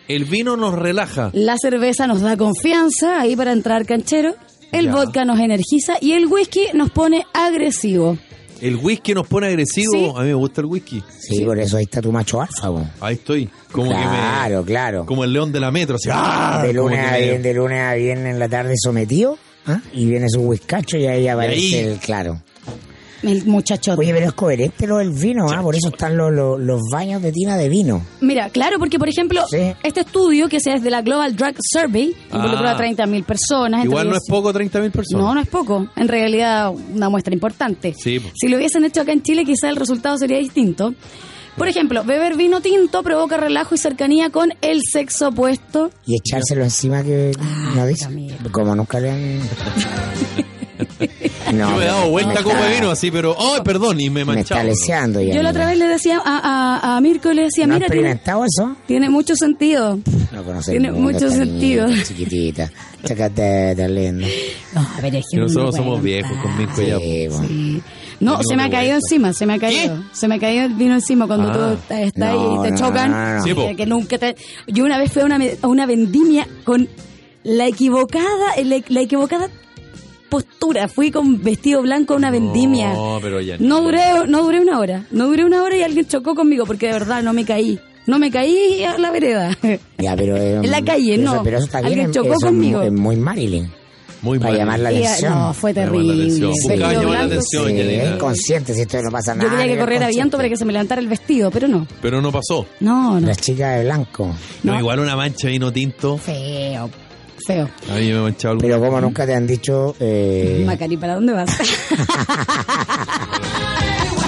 B: El vino nos relaja.
D: la cerveza nos da confianza, ahí para entrar canchero, el
B: Ya.
D: vodka nos energiza y el whisky nos pone agresivo.
B: El whisky nos pone agresivo.
D: Sí.
B: A mí me gusta el whisky.
C: Sí, por eso ahí está tu macho alfa, po.
B: Ahí estoy. Como que me-
C: Claro, claro.
B: Como el león de la metro. así, ¡ah!
C: de lunes
B: Como
C: a
B: que me-
C: viernes, de lunes a viernes en la tarde sometido, ¿ah? y viene su whiskacho y ahí aparece
B: ahí-
C: el claro.
D: El muchachote.
C: Oye, pero es coherente lo del vino, ¿ah? por eso están los, los, los baños de tina de vino.
D: Mira, claro, porque por ejemplo,
C: Sí.
D: este estudio que se hace de la Global Drug Survey,
B: Ah.
D: involucró a 30.000 personas. Ah, entre
B: Igual no es
D: 10
B: poco 30.000 personas.
D: No, no es poco. En realidad, una muestra importante.
B: Sí, po.
D: Si lo hubiesen hecho acá en Chile, quizá el resultado sería distinto. Por ejemplo, beber vino tinto provoca relajo y cercanía con el sexo opuesto.
C: Y echárselo encima que
D: Ah,
C: no dice.
D: Camilo.
C: Como nunca le han... no,
B: Yo me he dado vuelta
C: me
B: como
C: está-
B: de vino así, pero. ¡Ay, perdón! Y me he
C: Me
B: manchado.
C: está leseando ya.
D: Yo la
C: mira.
D: otra vez le decía a, a, a Mirko, le decía,
C: ¿No ha
D: mira, tiene,
C: experimentado eso?
D: tiene mucho sentido.
C: No conoce
D: Tiene
C: el mundo,
D: mucho
C: esta
D: sentido.
C: niñita Chiquitita. Chacate, tan linda.
D: No, pero es
B: Que nosotros somos viejos con Mirko ya.
C: Sí, bueno.
D: No,
B: Venimos
D: se me ha
B: de
D: caído
B: vuelta.
D: encima, se me ha caído. Se me ha caído el vino encima cuando
B: Ah.
D: tú estás estás ahí
C: No,
D: y te
C: no,
D: chocan.
C: no, no.
B: Sí, po.
D: Eh, que nunca te- Yo una vez fui a una, me- a una vendimia con la equivocada, el- la, equivocada postura. Fui con vestido blanco a una vendimia.
B: No, pero ya.
D: No duré, no duré una hora. No duré una hora y alguien chocó conmigo porque de verdad no me caí. No me caí a la vereda.
C: Ya, pero, eh,
D: En la calle,
C: pero
D: no.
C: eso- Pero eso está bien.
D: Alguien
C: eh,
D: chocó
C: eso es
D: conmigo.
C: mu- Es muy Marilyn.
B: Muy
C: Para
B: mal.
C: llamar la
D: Y, eh,
C: atención.
D: no, fue
B: Llamar la
D: terrible.
B: atención.
D: Vestido
B: Buscaba llamar la
D: blanco,
B: atención,
D: sí.
C: Sí,
B: Yanina.
C: es inconsciente, si esto no pasa nada.
D: Yo quería que
C: es
D: corriera
C: consciente.
D: viento para que se me levantara el vestido, pero no.
B: Pero no pasó.
D: No, no.
C: Las chicas de blanco.
B: No,
D: No.
B: igual una mancha de vino tinto.
D: Feo, feo.
B: A mí me ha manchado algo.
C: Pero como nunca te han dicho... Eh,
D: Macari, ¿para dónde vas?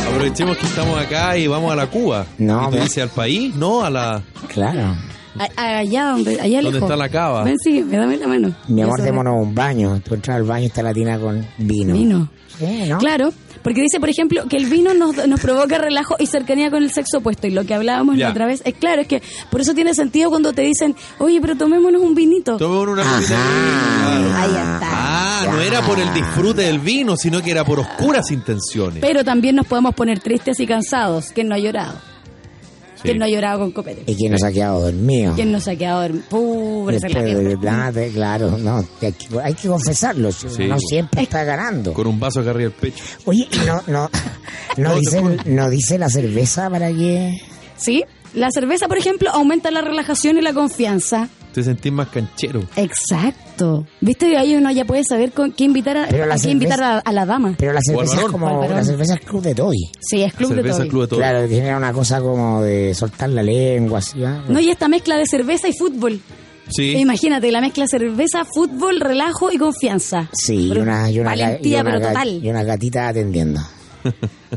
B: Aprovechemos que estamos acá y vamos a la Cuba.
C: No,
B: ¿Y tú
C: me-
B: dices al país? No, a la.
C: claro.
D: A- a- allá donde, allá
B: ¿Dónde
D: lejos.
B: está la cava?
D: Ven, sígueme, dame la mano.
C: Mi amor,
D: Eso,
C: démonos un baño. Tú entras al baño y está la tina con vino.
D: Vino.
C: Sí, ¿no?
D: Claro, porque dice, por ejemplo, que el vino nos, nos provoca relajo y cercanía con el sexo opuesto. Y lo que hablábamos
B: Ya.
D: la otra vez, es claro, es que por eso tiene sentido cuando te dicen, oye, pero tomémonos un vinito.
B: Tomemos una
C: Ajá.
B: copita de vino, claro.
D: Ahí está.
B: Ah, no era por el disfrute del vino, sino que era por oscuras intenciones.
D: Pero también nos podemos poner tristes y cansados. ¿Quién no ha llorado?
B: Sí.
D: ¿Quién no ha llorado con copete?
C: ¿Y quién nos ha quedado dormido?
D: ¿Quién nos ha quedado dormido? Pobre, se la
C: Después de-
D: pierde.
C: ah, de- claro, no, hay que, hay que confesarlo, si
B: Sí.
C: no siempre está ganando.
B: Con un vaso que arriba el pecho.
C: Oye, y no, no, no,
B: No,
C: dice,
B: te
C: no dice la cerveza para que...
D: ¿Sí? La cerveza, por ejemplo, aumenta la relajación y la confianza.
B: Te sentís más canchero.
D: Exacto. Viste, ahí uno ya puede saber con qué invitar a,
C: Pero la
D: a qué
C: cerveza-
D: invitar a, a la dama.
C: Pero la cerveza es
B: varón.
D: O
C: como,
D: al varón.
C: la cerveza es club de toy.
D: Sí, es club
B: cerveza
D: de todo.
B: Club de Toby.
C: Claro, tiene una cosa como de soltar la lengua, así, ¿ah?
D: No, y esta mezcla de cerveza y fútbol.
B: Sí.
D: Imagínate, la mezcla cerveza, fútbol, relajo y confianza.
C: Sí, y
D: Pero
C: una, y una, ga-
D: valentía,
C: y una
D: pero
C: ga-
D: total.
C: y una gatita atendiendo.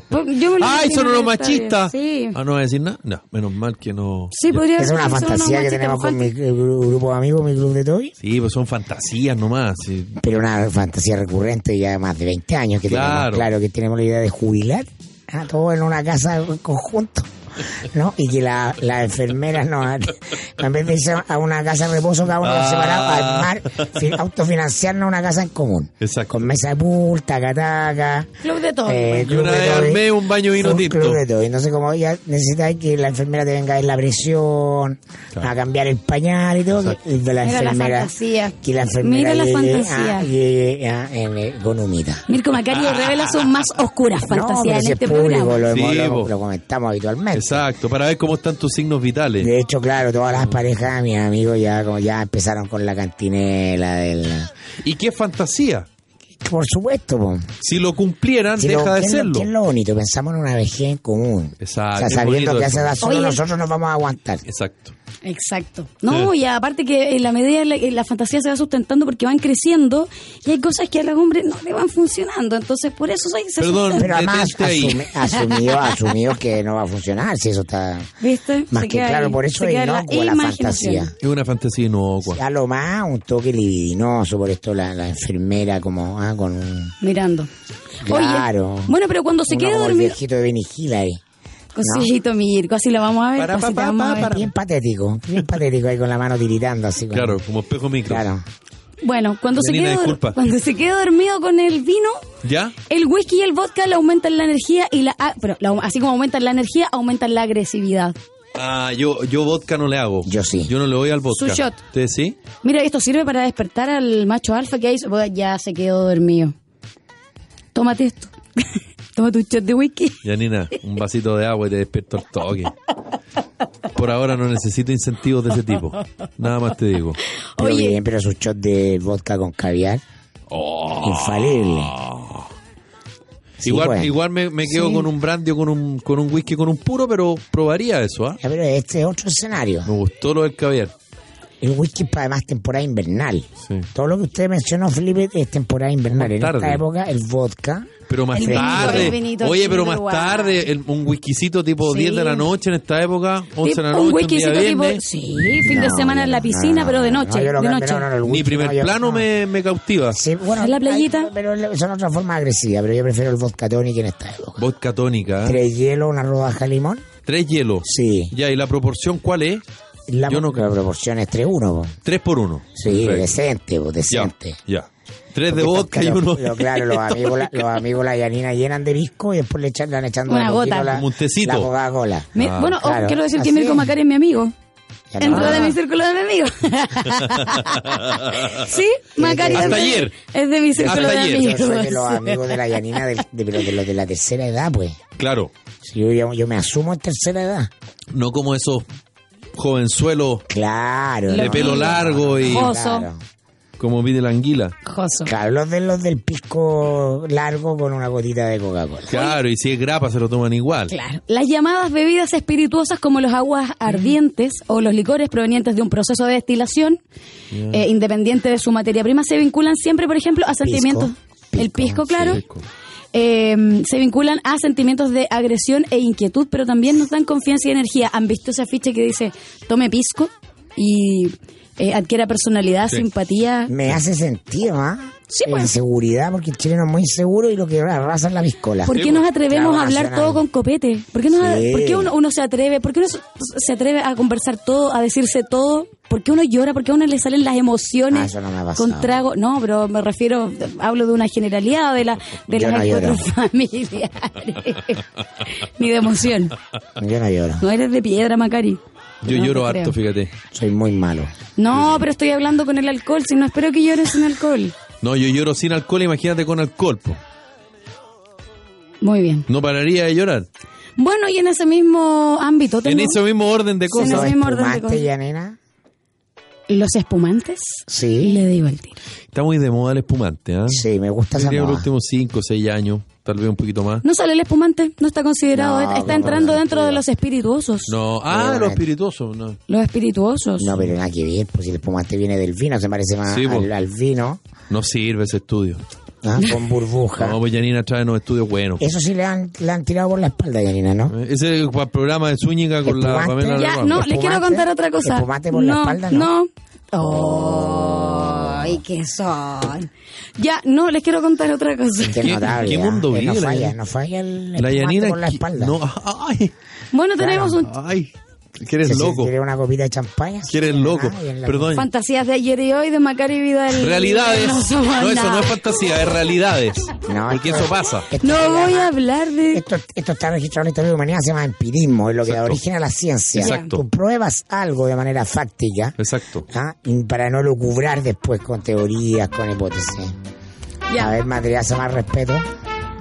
D: Pues yo me lo
B: ¡Ay, son unos
D: imagino en el estadio.
B: machistas!
D: Sí.
B: Ah, no va a decir nada. No, menos mal que no.
D: Sí, podría
C: Es
D: ser
C: una
D: que son unos
C: fantasía que
D: machistas,
C: tenemos con
D: falta-
C: mi eh, gru- grupo de amigos, mi club de toy.
B: Sí, pues son fantasías nomás. sí.
C: Pero una fantasía recurrente ya más de 20 años que
B: Claro.
C: tenemos, claro, que tenemos la idea de jubilar a todos en una casa en conjunto, ¿no? Y que la, la enfermera no, en vez de irse a una casa de reposo cada uno
B: Ah.
C: separado, armar, fin- autofinanciarnos una casa en común.
B: Exacto.
C: Con mesa de pool, taca-taca.
D: Club de todo. pues.
C: eh,
B: Yo
C: club
B: una
C: de
B: vez
C: todo,
B: armé un baño vino
C: un
B: tinto.
C: club de todo. Entonces, como ya necesitáis que la enfermera te venga a ver la presión,
B: Claro.
C: a cambiar el pañal y todo, que- de la
D: Mira la
C: enfermera.
D: fantasía.
C: Que la enfermera
D: Mira la
C: llegue a-
D: fantasía.
C: llegue a- en, eh, con humita.
D: Mirko Macari revela sus más oscuras
C: no,
D: fantasías
C: pero si
D: en este
C: es público,
D: programa.
C: lo,
B: Sí,
C: lo-
B: vos.
C: lo comentamos habitualmente.
B: Exacto, para ver cómo están tus signos vitales.
C: De hecho, claro, todas las parejas de mis amigos ya como ya empezaron con la cantinela del...
B: ¿Y qué fantasía?
C: Por supuesto, po.
B: Si lo cumplieran,
C: Si
B: deja
C: lo-
B: de
C: ¿qué es lo-
B: serlo.
C: qué es lo bonito? Pensamos en una vejez en común.
B: Exacto,
C: O sea,
B: es
C: sabiendo
B: bonito
C: que hace
B: eso.
C: edad solo
D: Oye.
C: nosotros nos vamos a aguantar.
B: Exacto.
D: Exacto. No, y aparte que en la medida en la, en la fantasía se va sustentando porque van creciendo y hay cosas que a los hombres no le van funcionando. Entonces, por eso soy se
B: Perdón.
D: sustentan.
C: Pero además
B: Detente ahí.
C: asume- asumió, asumió que no va a funcionar, si eso está...
D: ¿Viste?
C: Más
D: Se
C: que
D: queda
C: claro,
D: ahí,
C: por
D: se
C: eso es
D: queda en la
C: inocua la
D: imaginación.
C: fantasía.
B: Es una fantasía inocua.
C: A lo más un toque libidinoso, por esto la, la enfermera como ah, con un...
D: Mirando.
C: Claro.
D: Oye, bueno, pero cuando se
C: uno
D: queda
C: como el
D: dormido.
C: viejito de Benigil ahí.
D: Cosillito Mirko, así lo vamos a ver.
B: Para,
D: así
B: pa,
D: te
B: pa,
D: vamos a
B: pa,
D: ver.
B: para.
C: Bien patético, bien patético ahí con la mano tiritando así. con-
B: Claro, como espejo micro.
C: Claro.
D: Bueno, cuando se,
B: Janina,
D: queda,
B: disculpa.
D: cuando se queda dormido con el vino,
B: ¿Ya?
D: el whisky y el vodka le aumentan la energía y la, ah, pero la- así como aumentan la energía, aumentan la agresividad.
B: Ah, yo, yo vodka no le hago.
C: Yo sí.
B: Yo no le voy al vodka.
D: Su shot.
B: ¿Ustedes sí?
D: Mira, esto sirve para despertar al macho alfa que ahí se- bueno, ya se quedó dormido. Tómate esto. Tómate un shot de whisky.
B: Yanina, un vasito de agua y te despierto al toque. Por ahora no necesito incentivos de ese tipo. Nada más te digo.
C: Pero
D: Oye.
C: bien, pero su shot de vodka con caviar,
B: Oh.
C: infalible. Sí,
B: igual
C: pues.
B: igual me, me quedo con un brandy o con un, con un whisky, con un puro, pero probaría eso, ¿ah?
C: Ya, pero este es otro escenario.
B: Me gustó lo del caviar.
C: El whisky para además temporada invernal.
B: Sí.
C: Todo lo que usted mencionó, Felipe, es temporada invernal. En
B: tarde.
C: esta época, el vodka.
B: Pero más
D: El vinito,
B: tarde.
D: el vinito
B: oye,
D: chino
B: pero más
D: igual.
B: tarde, el- un whiskycito tipo
D: Sí.
B: 10 de la noche en esta época, 11 de la noche,
D: un
B: un
D: whiskycito
B: día
D: tipo.
B: viernes.
D: Sí, fin de
C: No,
D: semana
C: yo
D: en la
C: no,
D: piscina,
C: no,
D: pero de
C: no,
D: noche.
C: yo lo
D: de
C: cambio,
D: noche.
C: no, no, el
B: Ni
C: whisky
B: primer
C: no, yo-
B: plano
C: no.
B: me, me cautiva.
C: Sí, bueno,
D: En la playita.
C: hay- pero son otras formas agresivas, pero yo prefiero el vodka tonic en esta época.
B: Vodka tónica. ¿eh?
C: Tres hielo, una rodaja de limón.
B: Tres hielos.
C: Sí.
B: Ya, ¿y la proporción cuál es?
C: La,
B: Yo no-
C: la proporción es 3-1. po.
B: Tres por uno.
C: Sí,
B: Perfecto.
C: decente, po,
B: Ya,
C: decente.
B: ya. Tres de
C: Porque
B: vodka y
C: lo-
B: uno.
C: lo- claro, los amigos, la, los amigos la llanina llenan de disco y después le echan, le van echando
D: Una
C: de a poquito
D: gota.
B: Como un tecito.
C: La Coca-Cola.
D: Me-
B: Ah,
D: bueno, oh,
C: claro, Ah.
D: quiero decir que
C: así
D: Mirko
C: es.
D: Macari es mi amigo.
C: Ya no-
D: Entró de mi círculo de mi amigo. sí, Macari
B: Hasta
D: es de-
B: ayer.
D: Es de mi círculo
B: Hasta
D: de
B: ayer.
C: Yo
D: amigos.
C: soy de los amigos de la llanina del- de, pero de los de la tercera edad, pues.
B: Claro,
C: Si yo, yo, yo me asumo en tercera edad.
B: no como esos jovenzuelos
C: Claro.
B: de
D: Lo
B: pelo
D: mismo.
B: largo y
D: Ojo.
C: Claro.
B: como vive la anguila.
D: Joso.
C: Claro, los de los del pisco largo con una gotita de Coca-Cola.
B: Claro, y si es grapa se lo toman igual.
D: Claro. Las llamadas bebidas espirituosas como los aguas ardientes o los licores provenientes de un proceso de destilación eh, independiente de su materia prima se vinculan siempre, por ejemplo, a sentimientos. el pisco, claro.
B: Seco.
D: Eh, se vinculan a sentimientos de agresión e inquietud, pero también nos dan confianza y energía. ¿Han visto ese afiche que dice tome pisco y eh, adquiera personalidad,
B: Sí.
D: simpatía?
C: Me hace sentido, ¿ah?
D: Sí, pues.
C: Inseguridad, porque el chileno es muy inseguro y lo que arrasa es la piscola.
D: ¿Por qué nos atrevemos a hablar
C: nacional.
D: todo con copete? ¿Por qué, nos-
C: Sí.
D: por qué uno, uno se atreve? ¿Por qué uno se- se atreve a conversar todo, a decirse todo? ¿Por qué uno llora? ¿Por qué a uno le salen las
C: Ah,
D: emociones
C: eso no me ha pasado.
D: con trago? No, pero me refiero, hablo de una generalidad, de, la, de
C: Yo
D: las
C: no lloro.
D: encuentros familiares. Ni de emoción.
C: Yo no lloro.
D: No eres de piedra, Macari.
B: Yo
D: No
B: lloro
D: te creo.
B: harto, fíjate.
C: Soy muy malo.
D: No, pero estoy hablando con el alcohol, si no espero que llores sin alcohol.
B: No, yo lloro sin alcohol, imagínate con alcohol. po.
D: Muy bien.
B: No pararía de llorar.
D: Bueno, y en ese mismo ámbito
B: En
D: tengo
B: ese mismo orden de
D: Sí,
B: cosas.
D: no.
C: ¿Sos
D: soy mordente con-
C: espumante, Yanina?
D: los espumantes.
C: Sí.
D: Le digo al tiro.
B: Está muy de moda el espumante, ¿ah?
C: Sí, me gusta esa
B: Diría que los
C: moda.
B: últimos 5, 6 años, tal vez un poquito más.
D: No sale el espumante, no está considerado,
C: No,
D: está
C: no,
D: entrando
C: no,
D: dentro
C: no.
D: de los espirituosos.
B: No, ah,
C: Pero-
B: los espirituosos, no.
D: Los espirituosos.
C: No, pero nada que ver, pues si el espumante viene del vino, se parece más
B: Sí, pues.
C: al, al vino,
B: No sirve ese estudio.
C: ¿ah? con burbuja.
B: No, pues Janina trae unos estudios buenos.
C: Eso sí le han, le han tirado por la espalda, Yanina, ¿no?
B: Eh, Ese es para el programa de Zúñiga con la
C: Espumante.
B: Pamela
D: ya,
B: Larrañaga.
D: no, les quiero
C: Espumante,
D: contar otra cosa.
C: espumante por la espalda, ¿no?
D: Oh, ¿y qué son? Ya, no, les quiero contar otra cosa.
C: Qué,
B: ¿Qué-
C: notable.
B: qué
C: ¿ah?
B: mundo
C: Eh, No
B: vive la
C: falla,
B: Yanina?
C: no falla el
B: La
C: espumante
B: Yanina.
C: por la
B: qui-
C: espalda.
B: No, ay,
D: Bueno, tenemos un
B: ay. Que eres
C: Se- se
B: loco.
C: tira una copita de champaña.
B: Que eres
C: sí,
B: loco.
C: ah, y en la-
B: Perdón.
D: fantasías de ayer y hoy de Macari Vidal.
B: Realidades.
D: No
B: No,
D: somos
B: eso
D: nada.
B: no es fantasía, es realidades.
C: No,
B: Porque
C: esto-
B: eso pasa.
C: esto
D: No
C: es la-
D: voy a hablar de...
C: Esto, esto está registrado en la historia de la humanidad, se llama empirismo, es lo que da
B: Exacto.
C: origen a la ciencia.
B: Exacto.
C: Tú pruebas algo de manera fáctica
B: Exacto.
C: ¿ah? Y para no lucubrar después con teorías, con hipótesis. A
D: Ya,
C: ver, material, más respeto.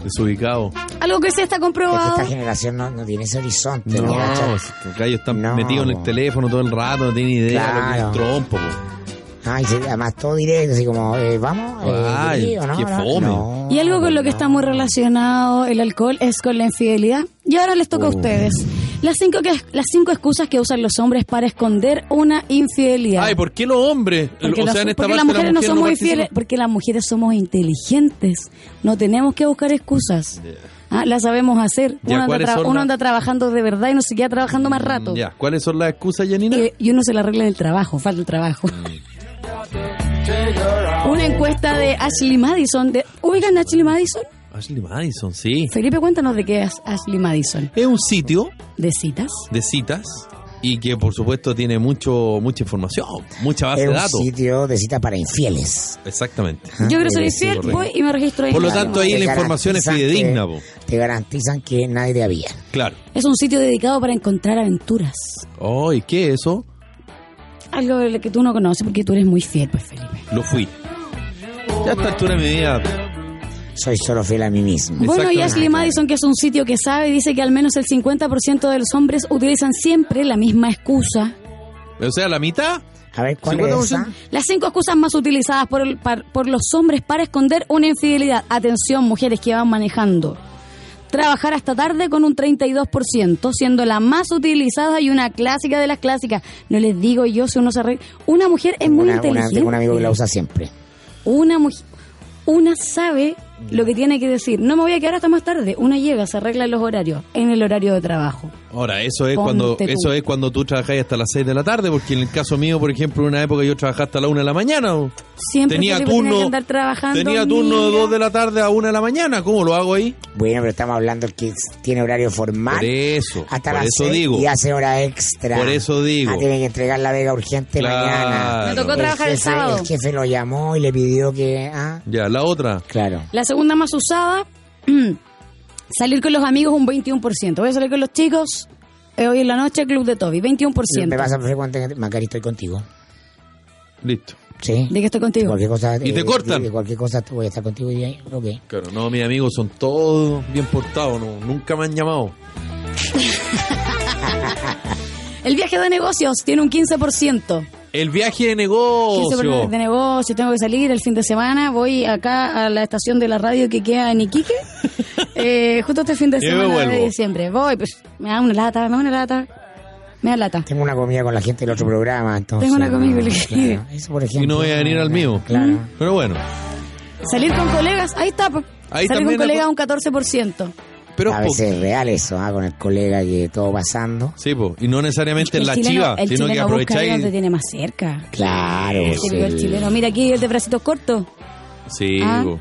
B: Desubicado.
D: algo que sí está
C: Es que
D: comprobado.
C: esta generación no, no tiene ese horizonte.
B: No,
C: ¿cachai?
B: los gallos están
C: No,
B: metidos en el
C: po.
B: teléfono todo el rato, no tienen idea de lo que es
C: Claro.
B: el trompo. po.
C: Ay, sí, además todo directo, así como, eh, vamos, eh,
B: Ay,
C: sí, o
B: qué fome.
D: Y
B: Oh.
D: algo con lo que está muy relacionado el alcohol es con la infidelidad. Y ahora les toca a ustedes. Las cinco, que, las cinco excusas que usan los hombres para esconder una infidelidad.
B: Ay, ¿por qué los hombres?
D: Porque,
B: o
D: los-
B: sea, en esta
D: porque
B: parte
D: las mujeres no somos muy
B: participa.
D: fieles, porque las mujeres somos inteligentes, no tenemos que buscar excusas. Ah, la sabemos hacer.
B: Ya,
D: Uno, anda,
B: ¿cuáles
D: tra-
B: son
D: uno
B: las- Mm,
D: anda trabajando de verdad y no se queda trabajando más rato.
B: Ya, ¿cuáles son las excusas, Janina?
D: Eh, y uno se la arregla en el trabajo, falta el trabajo.
B: Mm.
D: Una encuesta de Ashley Madison. De, ¿Ubican a Ashley Madison?
B: Ashley Madison, sí.
D: Felipe, cuéntanos de qué es Ashley Madison.
B: Es un sitio
D: ¿De citas?
B: de citas y que, por supuesto, tiene mucho mucha información, mucha base
C: Es
B: de
C: un
B: datos.
C: sitio de cita para infieles.
B: Exactamente.
D: Yo creo que soy
C: eh,
D: fiel,
B: Ah, sí,
D: voy y me registro ahí.
B: Por lo
D: Claro.
B: tanto, ahí
C: Te
B: la información es
C: garantizan
B: fidedigna,
C: que-
B: po.
C: Te garantizan que nadie te había.
B: Claro.
D: Es un sitio dedicado para encontrar aventuras.
B: Oh, ¿y qué es eso?
D: Algo de lo que tú no conoces porque tú eres muy fiel, pues, Felipe.
B: Lo fui. Ya a esta altura de mi vida.
C: Soy solo fiel a mí mismo.
D: Bueno, y
B: Exactamente.
D: Ashley Madison, que es un sitio que sabe, dice que al menos el 50% de los hombres utilizan siempre la misma excusa.
B: O sea, la mitad.
C: A ver, ¿cuál es esa?
B: 50%.
D: Las cinco excusas más utilizadas por, el- par- por los hombres para esconder una infidelidad. Atención, mujeres que van manejando. Trabajar hasta tarde con un 32%, siendo la más utilizada y una clásica de las clásicas. No les digo yo si uno se arregla. Una mujer es muy
C: Una- una-
D: inteligente.
C: tengo un amigo que la usa siempre.
D: una mujer, una sabe lo que tiene que decir. No me voy a quedar hasta más tarde. Una llega, se arregla los horarios, en el horario de trabajo.
B: Ahora, eso es
D: Ponte
B: cuando
D: tú.
B: eso es cuando tú trabajáis hasta las 6 de la tarde, porque en el caso mío, por ejemplo, una época yo trabajaba hasta la 1 de la mañana. po.
D: Siempre
B: Tenía
D: Felipe tenía que
B: turno,
D: andar trabajando.
B: tenía turno de
D: mira.
B: 2 de la tarde a 1 de la mañana. ¿Cómo lo hago ahí?
C: Bueno, pero estamos hablando que tiene horario formal.
B: Por eso,
C: hasta
B: por
C: las
B: eso
C: seis
B: digo.
C: Y hace hora extra.
B: Por eso digo.
C: Ah, tienen que entregar la vega urgente
B: Claro.
C: mañana.
B: Me tocó
D: trabajar el
C: jefe-
D: sábado.
C: El jefe lo llamó y le pidió que. Ah,
B: Ya, la otra.
C: claro.
D: La segunda más usada, salir con los amigos un 21%. Voy a salir con los chicos eh, hoy en la noche, Club de Toby,
C: Me
D: 21%.
C: pasa frecuentemente. Macari, estoy contigo.
B: Listo.
C: Sí.
D: De que estoy contigo.
C: Cualquier cosa,
B: Y te cortan.
C: de cualquier cosa voy a estar contigo y ahí, ok.
B: Claro, no, mis amigos son todos bien portados, no, nunca me han llamado.
D: El viaje de negocios tiene un 15%.
B: El viaje de
D: 15%
B: negocio.
D: de negocio, tengo que salir el fin de semana, voy acá a la estación de la radio que queda en Iquique, eh, justo este fin de
B: Y me
D: semana de
B: vuelvo.
D: diciembre. Voy, pues me da una lata, me da una lata, me da lata.
C: Tengo una comida con la gente del otro programa, entonces.
D: Tengo una comida
C: no,
D: con la gente.
C: claro. Eso, por ejemplo.
B: Y no voy a venir al mío.
D: Mm.
B: Mm.
C: Claro.
B: Pero bueno.
D: Salir con colegas, ahí está, po.
B: Ahí
D: salir con
B: también
D: colegas
B: acu-
D: un 14%.
B: Pero
C: a
B: po-
C: veces es real eso, ah, con el colega que todo pasando.
B: Sí, po, y no necesariamente en
D: El
B: la
D: chileno-
B: chiva,
D: el
B: sino que
D: chileno busca ahí donde
B: aprovecháis.
D: tiene más cerca.
C: Claro.
D: Típico el chileno. Mira aquí el de bracitos cortos.
B: Sí,
D: Ah.
B: po.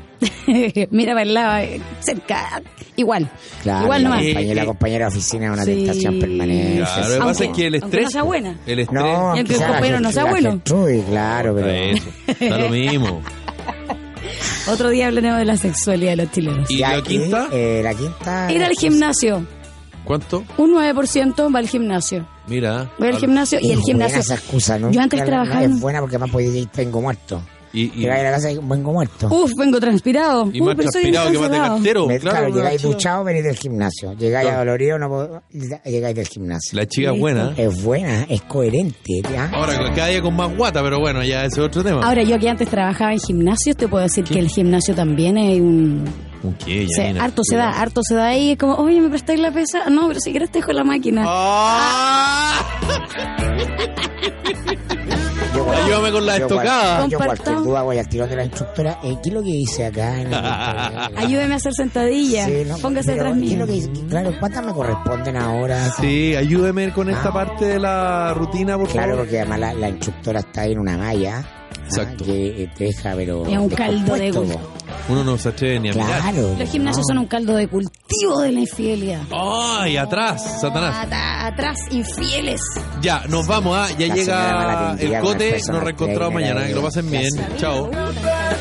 D: Mira para el lado, eh, cerca. Igual.
C: Claro,
D: Igual
C: la
D: nomás.
C: compañera, la compañera de oficina es una
D: Sí.
C: tentación permanente.
B: Claro, lo que
D: Aunque-
B: pasa es que el
D: aunque no
B: estrés.
D: sea
B: po,
D: buena.
B: El estrés.
C: No,
D: Y el
C: aunque sea la
D: compañero no sea
C: Gertrude,
D: bueno.
C: la Gertrude, claro, pero.
B: Eso, da lo mismo.
D: Otro día hablaremos de la sexualidad de los chilenos. Ah,
B: ¿Y la
C: aquí,
B: quinta?
C: eh, la quinta.
D: Ir al gimnasio,
B: ¿Cuánto?
D: un 9% va al gimnasio.
B: Mira.
D: Voy al
B: al-
D: gimnasio y el
C: Hijo, buena
D: gimnasio.
C: Esa excusa, ¿no?
D: Yo antes
C: Claro, no
D: trabajaba.
C: Es buena porque más podía ir, vengo muerto.
B: Y, y,
C: Llegáis a la casa y vengo muerto.
D: Uf, vengo transpirado.
B: y
D: Uf,
B: más
D: Uh, pero soy
B: transpirado que más de
D: encarcelado.
B: cartero.
C: Me-
B: claro,
C: claro,
B: una
C: llegáis
B: chiva.
C: duchado, venís del gimnasio. Llegáis
B: Claro.
C: a dolorido, no puedo- llegáis del gimnasio.
B: La chiva es
D: Listo.
B: buena. ¿eh?
C: Es buena, es coherente. ¿ya?
B: Ahora, cada día con más guata, pero bueno, ya ese es otro tema.
D: Ahora, yo que antes trabajaba en gimnasios, te puedo decir que el gimnasio también es un.
B: ¿Con qué,
D: o sea,
B: Yanina?
D: harto se da, harto se da ahí. Es como, oye, ¿me prestáis la pesa? No, pero si quieres te dejo la máquina.
B: ¡Ah!
C: Yo cuando-
B: Oh, Ayúdame con la
C: yo cual-
B: estocada.
C: Yo cualquier
D: Compartamos.
C: duda voy al tirón de la instructora. Eh, ¿Qué es lo que dice acá? En el
D: Ayúdeme a hacer sentadilla.
C: Sí, no,
D: Póngase
C: pero,
D: atrás
C: ¿qué es
D: mío.
C: lo que dice? Claro, ¿cuántas me corresponden ahora?
B: Sí, ayúdeme con esta parte de la rutina, por
C: Claro,
B: favor.
C: porque además la, la instructora está ahí en una malla. ah,
B: Exacto.
C: Que eh, te deja, pero.
D: Es un caldo de
C: descompuesto,
D: gusto.
C: po.
B: Uno no se atreve ni a mirar.
C: Claro.
D: Los gimnasios son un caldo de cultivo de la infidelidad.
B: ¡Ay, atrás, Satanás!
D: Ata- atrás, infieles.
B: Ya, nos vamos, ah, ya
C: La señora mala
B: llega
C: que
B: el
C: llega con
B: cote,
C: las personas
B: nos reencontramos
C: que hay en la
B: mañana, que lo
C: vida.
B: pasen bien, chao.
D: Sabía, uh,